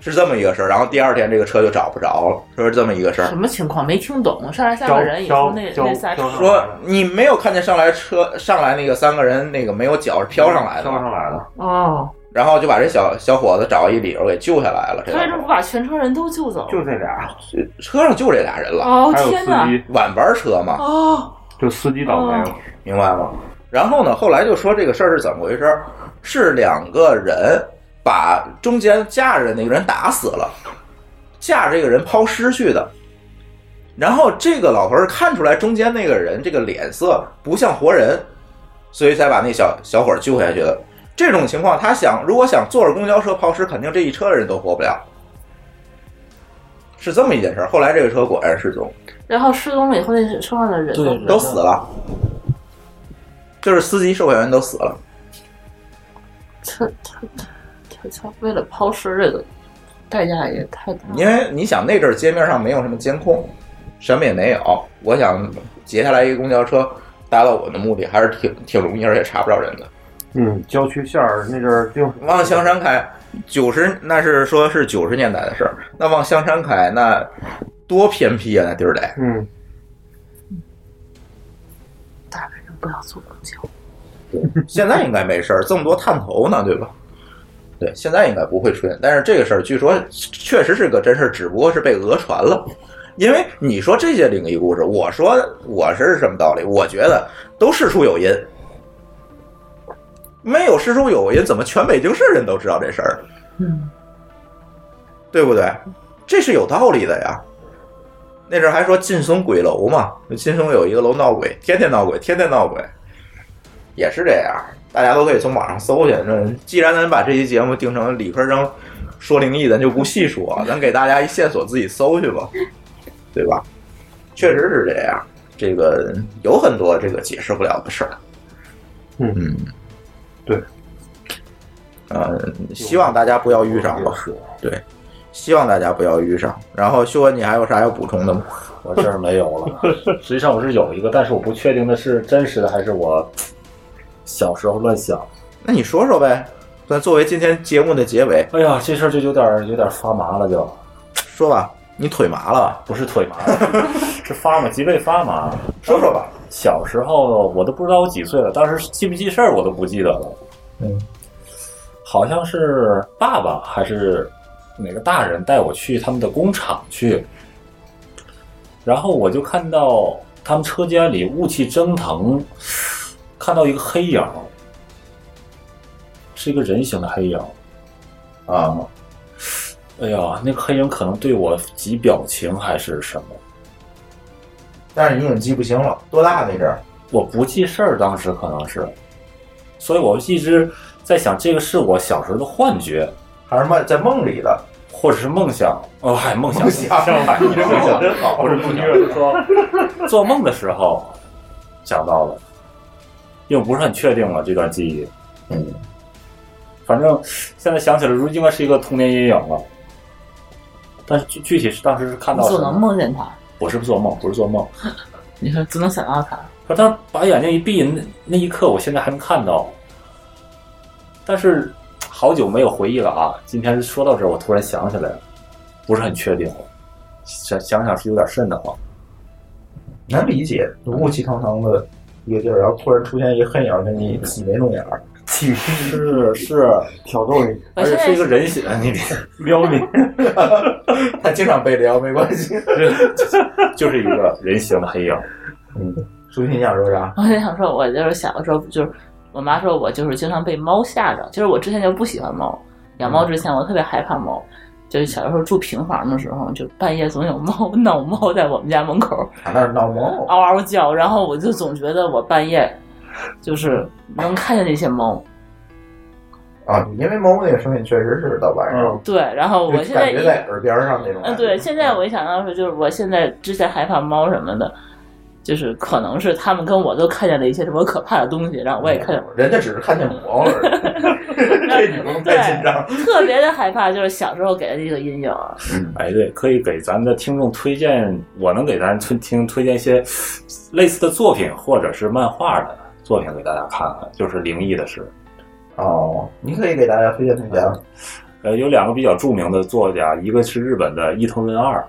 C: 是这么一个事儿。然后第二天这个车就找不着了，说是这么一个事儿
N: 什。么情况没听懂？上来三个人，也就那那仨车
C: 说你没有看见上来车上来那个三个人那个没有脚是飘上来嗯
G: 嗯
C: 的，飘上
G: 来的。
N: 哦，
C: 然后就把这小小伙子找一理由给救下来了。这
N: 他为
C: 个
N: 什么不把全车人都救走？
G: 就这俩，
C: 车上就这俩人了。
N: 哦还有天哪司机
C: 晚班车嘛。
N: 哦，
G: 就司机
N: 倒霉了哦，
C: 明白吗？然后呢，后来就说这个事儿是怎么回事儿？是两个人把中间架着的那个人打死了，架着这个人抛尸去的。然后这个老头儿看出来中间那个人这个脸色不像活人，所以才把那小小伙儿救下去的。这种情况，他想如果想坐着公交车抛尸，肯定这一车的人都活不了。是这么一件事儿。后来这个车果然失踪。
N: 然后失踪了以后，那车上的人
C: 都死。了，就是司机、售票员都死了。
N: 他他他他为了抛尸这个代价也太大了。
C: 因为你想那阵儿街面上没有什么监控，什么也没有。我想截下来一个公交车达到我的目的，还是挺挺容易，而且查不着人的。
G: 嗯，郊区线儿那阵儿就
C: 往香山开，九十那是说是九十年代的事儿，那往香山开那多偏僻啊，那地儿得。
G: 嗯，
N: 大晚上不要坐公交。
C: 现在应该没事儿，这么多探头呢，对吧？对，现在应该不会出现。但是这个事儿据说确实是个真事儿，只不过是被讹传了。因为你说这些灵异故事，我说我是什么道理？我觉得都事出有因，没有事出有因，怎么全北京市人都知道这事儿？
H: 嗯，
C: 对不对？这是有道理的呀。那阵儿还说劲松鬼楼嘛，劲松有一个楼闹鬼，天天闹鬼，天天闹鬼，也是这样。大家都可以从网上搜去。那既然咱把这期节目定成理科生说灵异，咱就不细 说，咱给大家一线索，自己搜去吧，对吧？确实是这样，这个有很多这个解释不了的事儿。
G: 嗯
C: 嗯，
G: 对，
C: 呃，希望大家不要遇上吧。对，希望大家不要遇上。然后秀文，你还有啥要补充的吗？
E: 我这儿没有了。实际上我是有一个，但是我不确定的是真实的还是我小时候乱想。
C: 那你说说呗，那作为今天节目的结尾。
E: 哎呀，这事儿就有点有点发麻了就，
C: 说吧，你腿麻了？
E: 不是腿麻， 是发麻，脊背发麻。
C: 说说吧，
E: 小时候我都不知道我几岁了，当时记不记事儿我都不记得了。
C: 嗯，
E: 好像是爸爸还是哪个大人带我去他们的工厂去，然后我就看到他们车间里雾气蒸腾，看到一个黑影儿，是一个人形的黑影儿
C: 啊。
E: 哎呀，那个黑影可能对我及表情还是什么，
C: 但是你已经记不清了，多大那阵儿？
E: 我不记事儿，当时可能是，所以我一直在想，这个是我小时候的幻觉，
C: 还是梦在梦里的，
E: 或者是梦想？哦，嗨，梦想，
C: 梦想
E: 嗨
C: 你这梦想真好
E: 不是梦想，说做梦的时候想到了，因为我不是很确定了这段记忆，
C: 嗯，
E: 反正现在想起来，如应该是一个童年阴影了，但是具具体是当时是看到
H: 你
E: 什
H: 总能
E: 么？
H: 梦见他，
E: 我是不是做梦，不是做梦。
H: 你说总能想到他。
E: 可当把眼睛一闭，那那一刻我现在还能看到，但是好久没有回忆了啊！今天说到这儿，我突然想起来了，不是很确定了，想想想是有点瘆得慌。
C: 难理解。雾气腾腾的一个地儿，然后突然出现一个黑影，跟你挤眉弄眼儿，
E: 是是
G: 挑逗你，
C: 哎
E: 而且是一个人形，你
G: 撩你，
C: 他经常被撩，没关系。
E: 就是一个人形的黑影。
C: 嗯，舒淇你想说啥？
H: 我就想说，我就是小的时候，就是我妈说我就是经常被猫吓着。就是我之前就不喜欢猫，养
C: 嗯
H: 猫之前我特别害怕猫。就是小时候住平房的时候，就半夜总有猫闹猫在我们家门口，
C: 那儿闹猫，
H: 嗷嗷叫。然后我就总觉得我半夜就是能看见那些猫。
C: 啊，因为猫那个声音确实是到
G: 嗯
C: 晚上，
H: 对，然后嗯我
C: 就
H: 现在
C: 感觉
H: 一
C: 在耳边上那种感觉。
H: 嗯，对，现在我一想到是，就是我现在之前害怕猫什么的，就是可能是他们跟我都看见了一些什么可怕的东西，然后
C: 嗯
H: 我也看见，
C: 人家只是看见毛而已， 这你不用
H: 对
C: 太紧张。，
H: 特别的害怕，就是小时候给的这个阴影。
C: 嗯
E: 哎，对，可以给咱们的听众推荐，我能给咱推听推荐一些类似的作品或者是漫画的作品给大家看看，就是灵异的事。
C: 哦，你可以给大家推荐推荐。
E: 呃，有两个比较著名的作家，一个是日本的伊藤润二，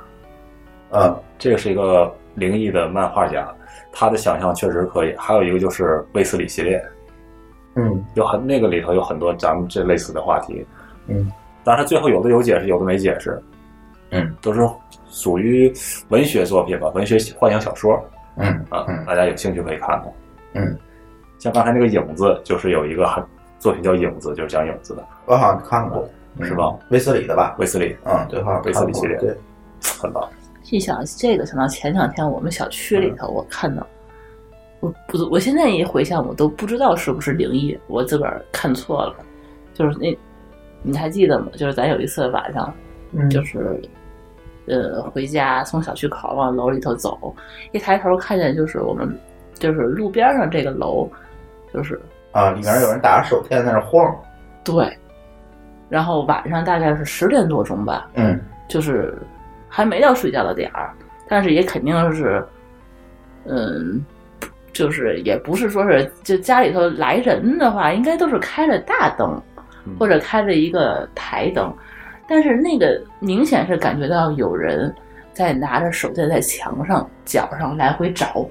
C: 嗯，
E: 这个是一个灵异的漫画家，他的想象确实可以。还有一个就是卫斯理系列，
C: 嗯
E: 有很那个里头有很多咱们这类似的话题，
C: 嗯，
E: 当然他最后有的有解释，有的没解释，
C: 嗯，
E: 都是属于文学作品吧，文学幻想小说
C: 嗯
E: 啊，大家有兴趣可以看看。
C: 嗯，
E: 像刚才那个影子，就是有一个很作品叫《影子》，就是讲影子的，
C: 我好像看过，
E: 是吧？
C: 卫斯理的吧？
E: 卫斯理，
C: 嗯，对，好像
E: 卫斯理系列，
C: 看过对，
E: 很棒。
H: 一想这个，想到前两天我们小区里头，我看到，我不，我现在一回想，我都不知道是不是灵异，我自个儿看错了。就是那，你还记得吗？就是咱有一次晚上，
O: 嗯
H: 就是呃回家从小区口儿往楼里头走，一抬头看见就是我们就是路边上这个楼，就是
C: 啊，里面有人打着手电在那晃。
H: 对，然后晚上大概是十点多钟吧，
C: 嗯，
H: 就是还没到睡觉的点儿，但是也肯定是，嗯，就是也不是说是就家里头来人的话，应该都是开着大灯或者开着一个台灯，但是那个明显是感觉到有人在拿着手电在墙上、脚上来回找，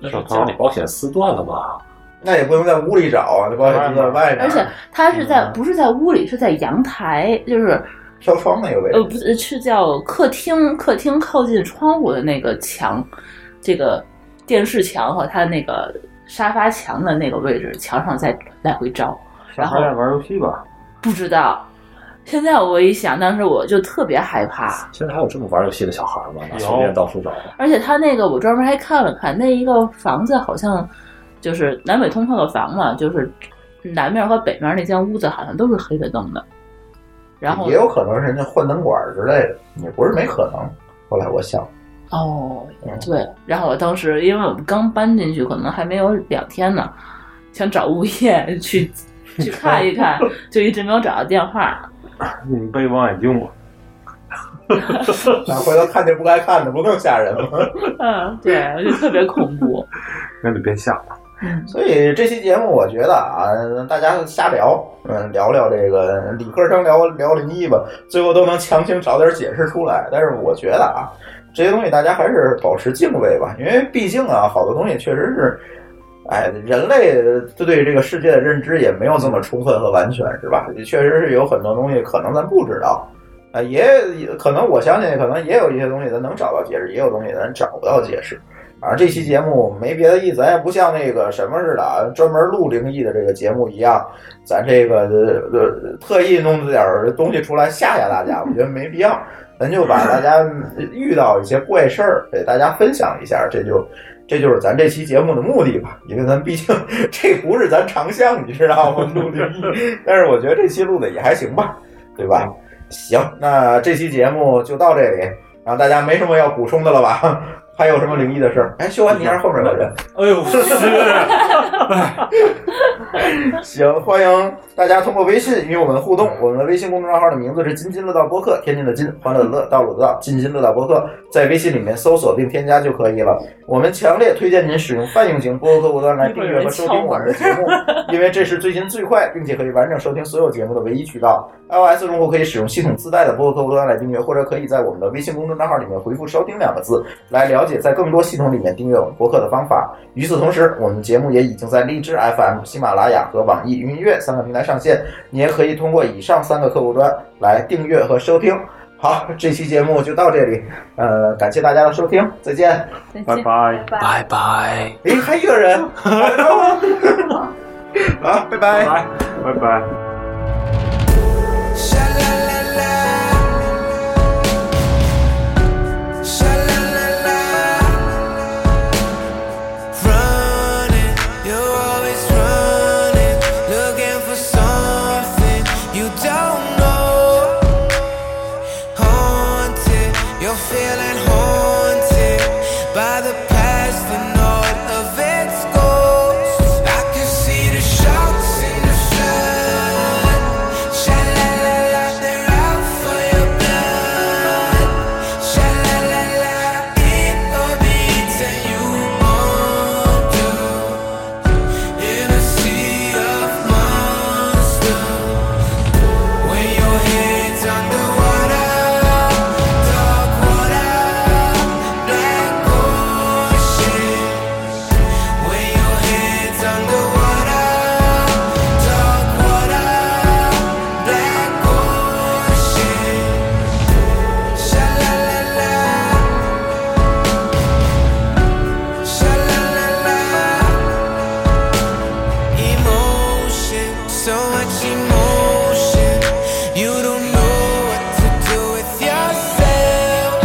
E: 那是家里保险丝断了吧？
C: 那也不能在屋里找啊，那保险就在外面。
H: 而且他是在不是在屋里，是在阳台，就是
C: 飘窗那个位
H: 呃，
C: 置，
H: 不是是叫客厅，客厅靠近窗户的那个墙，这个电视墙和它那个沙发墙的那个位置，墙上在来回招，然后
G: 在玩游戏吧。
H: 不知道。现在我一想，当时我就特别害怕，
E: 现在还有这么玩游戏的小孩吗？拿手电到处找。
H: 而且他那个我专门还看了看，那一个房子好像就是南北通透的房嘛，就是南面和北面那间屋子好像都是黑着灯的，然后
C: 也有可能是人家换灯管之类的，也不是没可能。后来我想，
H: 哦，也对。然后我当时因为我们刚搬进去，可能还没有两天呢，想找物业去去看一看，就一直没有找到电话。
G: 你被望远镜吗？
C: 那回头看见不该看的，不更吓人吗？
H: 嗯，对，我就特别恐怖。
G: 那你别吓我。
C: 所以这期节目我觉得啊，大家瞎聊，嗯，聊聊这个理科生聊聊灵异吧，最后都能强行找点解释出来。但是我觉得啊，这些东西大家还是保持敬畏吧，因为毕竟啊，好多东西确实是。哎，人类对这个世界的认知也没有这么充分和完全，是吧？确实是有很多东西可能咱不知道，啊，也也可能我相信，可能也有一些东西咱能找到解释，也有东西咱找不到解释。反正这期节目没别的意思，咱也不像那个什么似的啊，专门录灵异的这个节目一样，咱这个呃呃特意弄点儿东西出来吓吓大家，我觉得没必要。咱就把大家遇到一些怪事儿给大家分享一下，这就这就是咱这期节目的目的吧。因为咱毕竟这不是咱长项，你知道吗？录灵异，但是我觉得这期录的也还行吧，对吧？行，那这期节目就到这里，然后大家没什么要补充的了吧？还有什么灵异的事儿？哎，修完你还是后面有人。
E: 哎 呦，
C: 行，欢迎大家通过微信与我们互动。我们的微信公众号的名字是“津津乐道播客”，天津的津，欢乐的乐，道路的道，津津乐道播客，在微信里面搜索并添加就可以了。我们强烈推荐您使用泛用型播客客户端来订阅和收听我们的节目，因为这是最近最快，并且可以完整收听所有节目的唯一渠道。iOS 用户可以使用系统自带的播客客户端来订阅，或者可以在我们的微信公众账号里面回复“收听”两个字，来了解在更多系统里面订阅我们播客的方法。与此同时，我们节目也已经在荔枝 FM、喜马拉雅和网易云音乐三个平台上线，你也可以通过以上三个客户端来订阅和收听。好，这期节目就到这里，呃，感谢大家的收听，再见，
G: 再见拜拜
C: 拜拜。哎，还一个人， 好，拜拜，
G: 拜拜。
J: Running, you're always running, looking for something you don't know. Haunted, you're feeling haunted by the past and all of its ghosts. I can see the sharks in the flood. Sha la la la, they're out for your blood. Sha la la la, it orbits and you wander in a sea of monsters. When your head's underwater, dark water, black ocean. When your head's underwater, dark water, black ocean. Sha la la la, sha la la la. Emotion, so much emotion. You don't know what to do with yourself.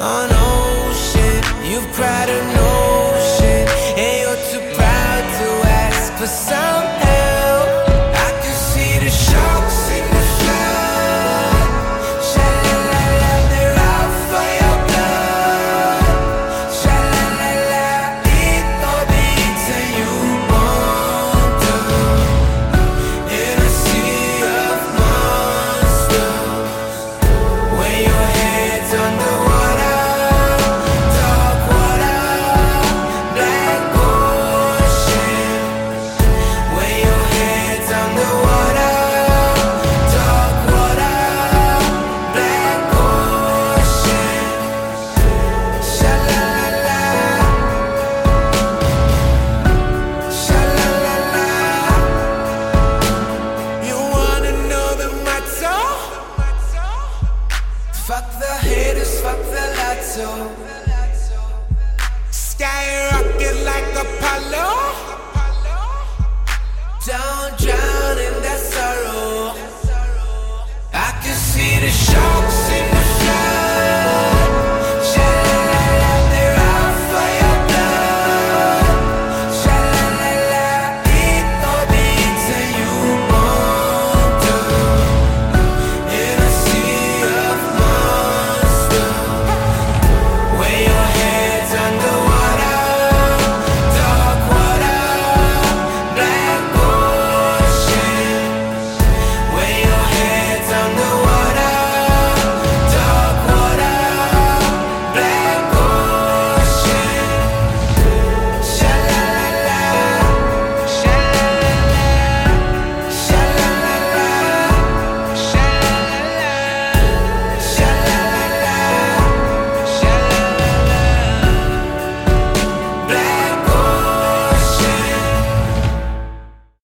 J: An ocean, you've cried an ocean, and you're too proud to ask for.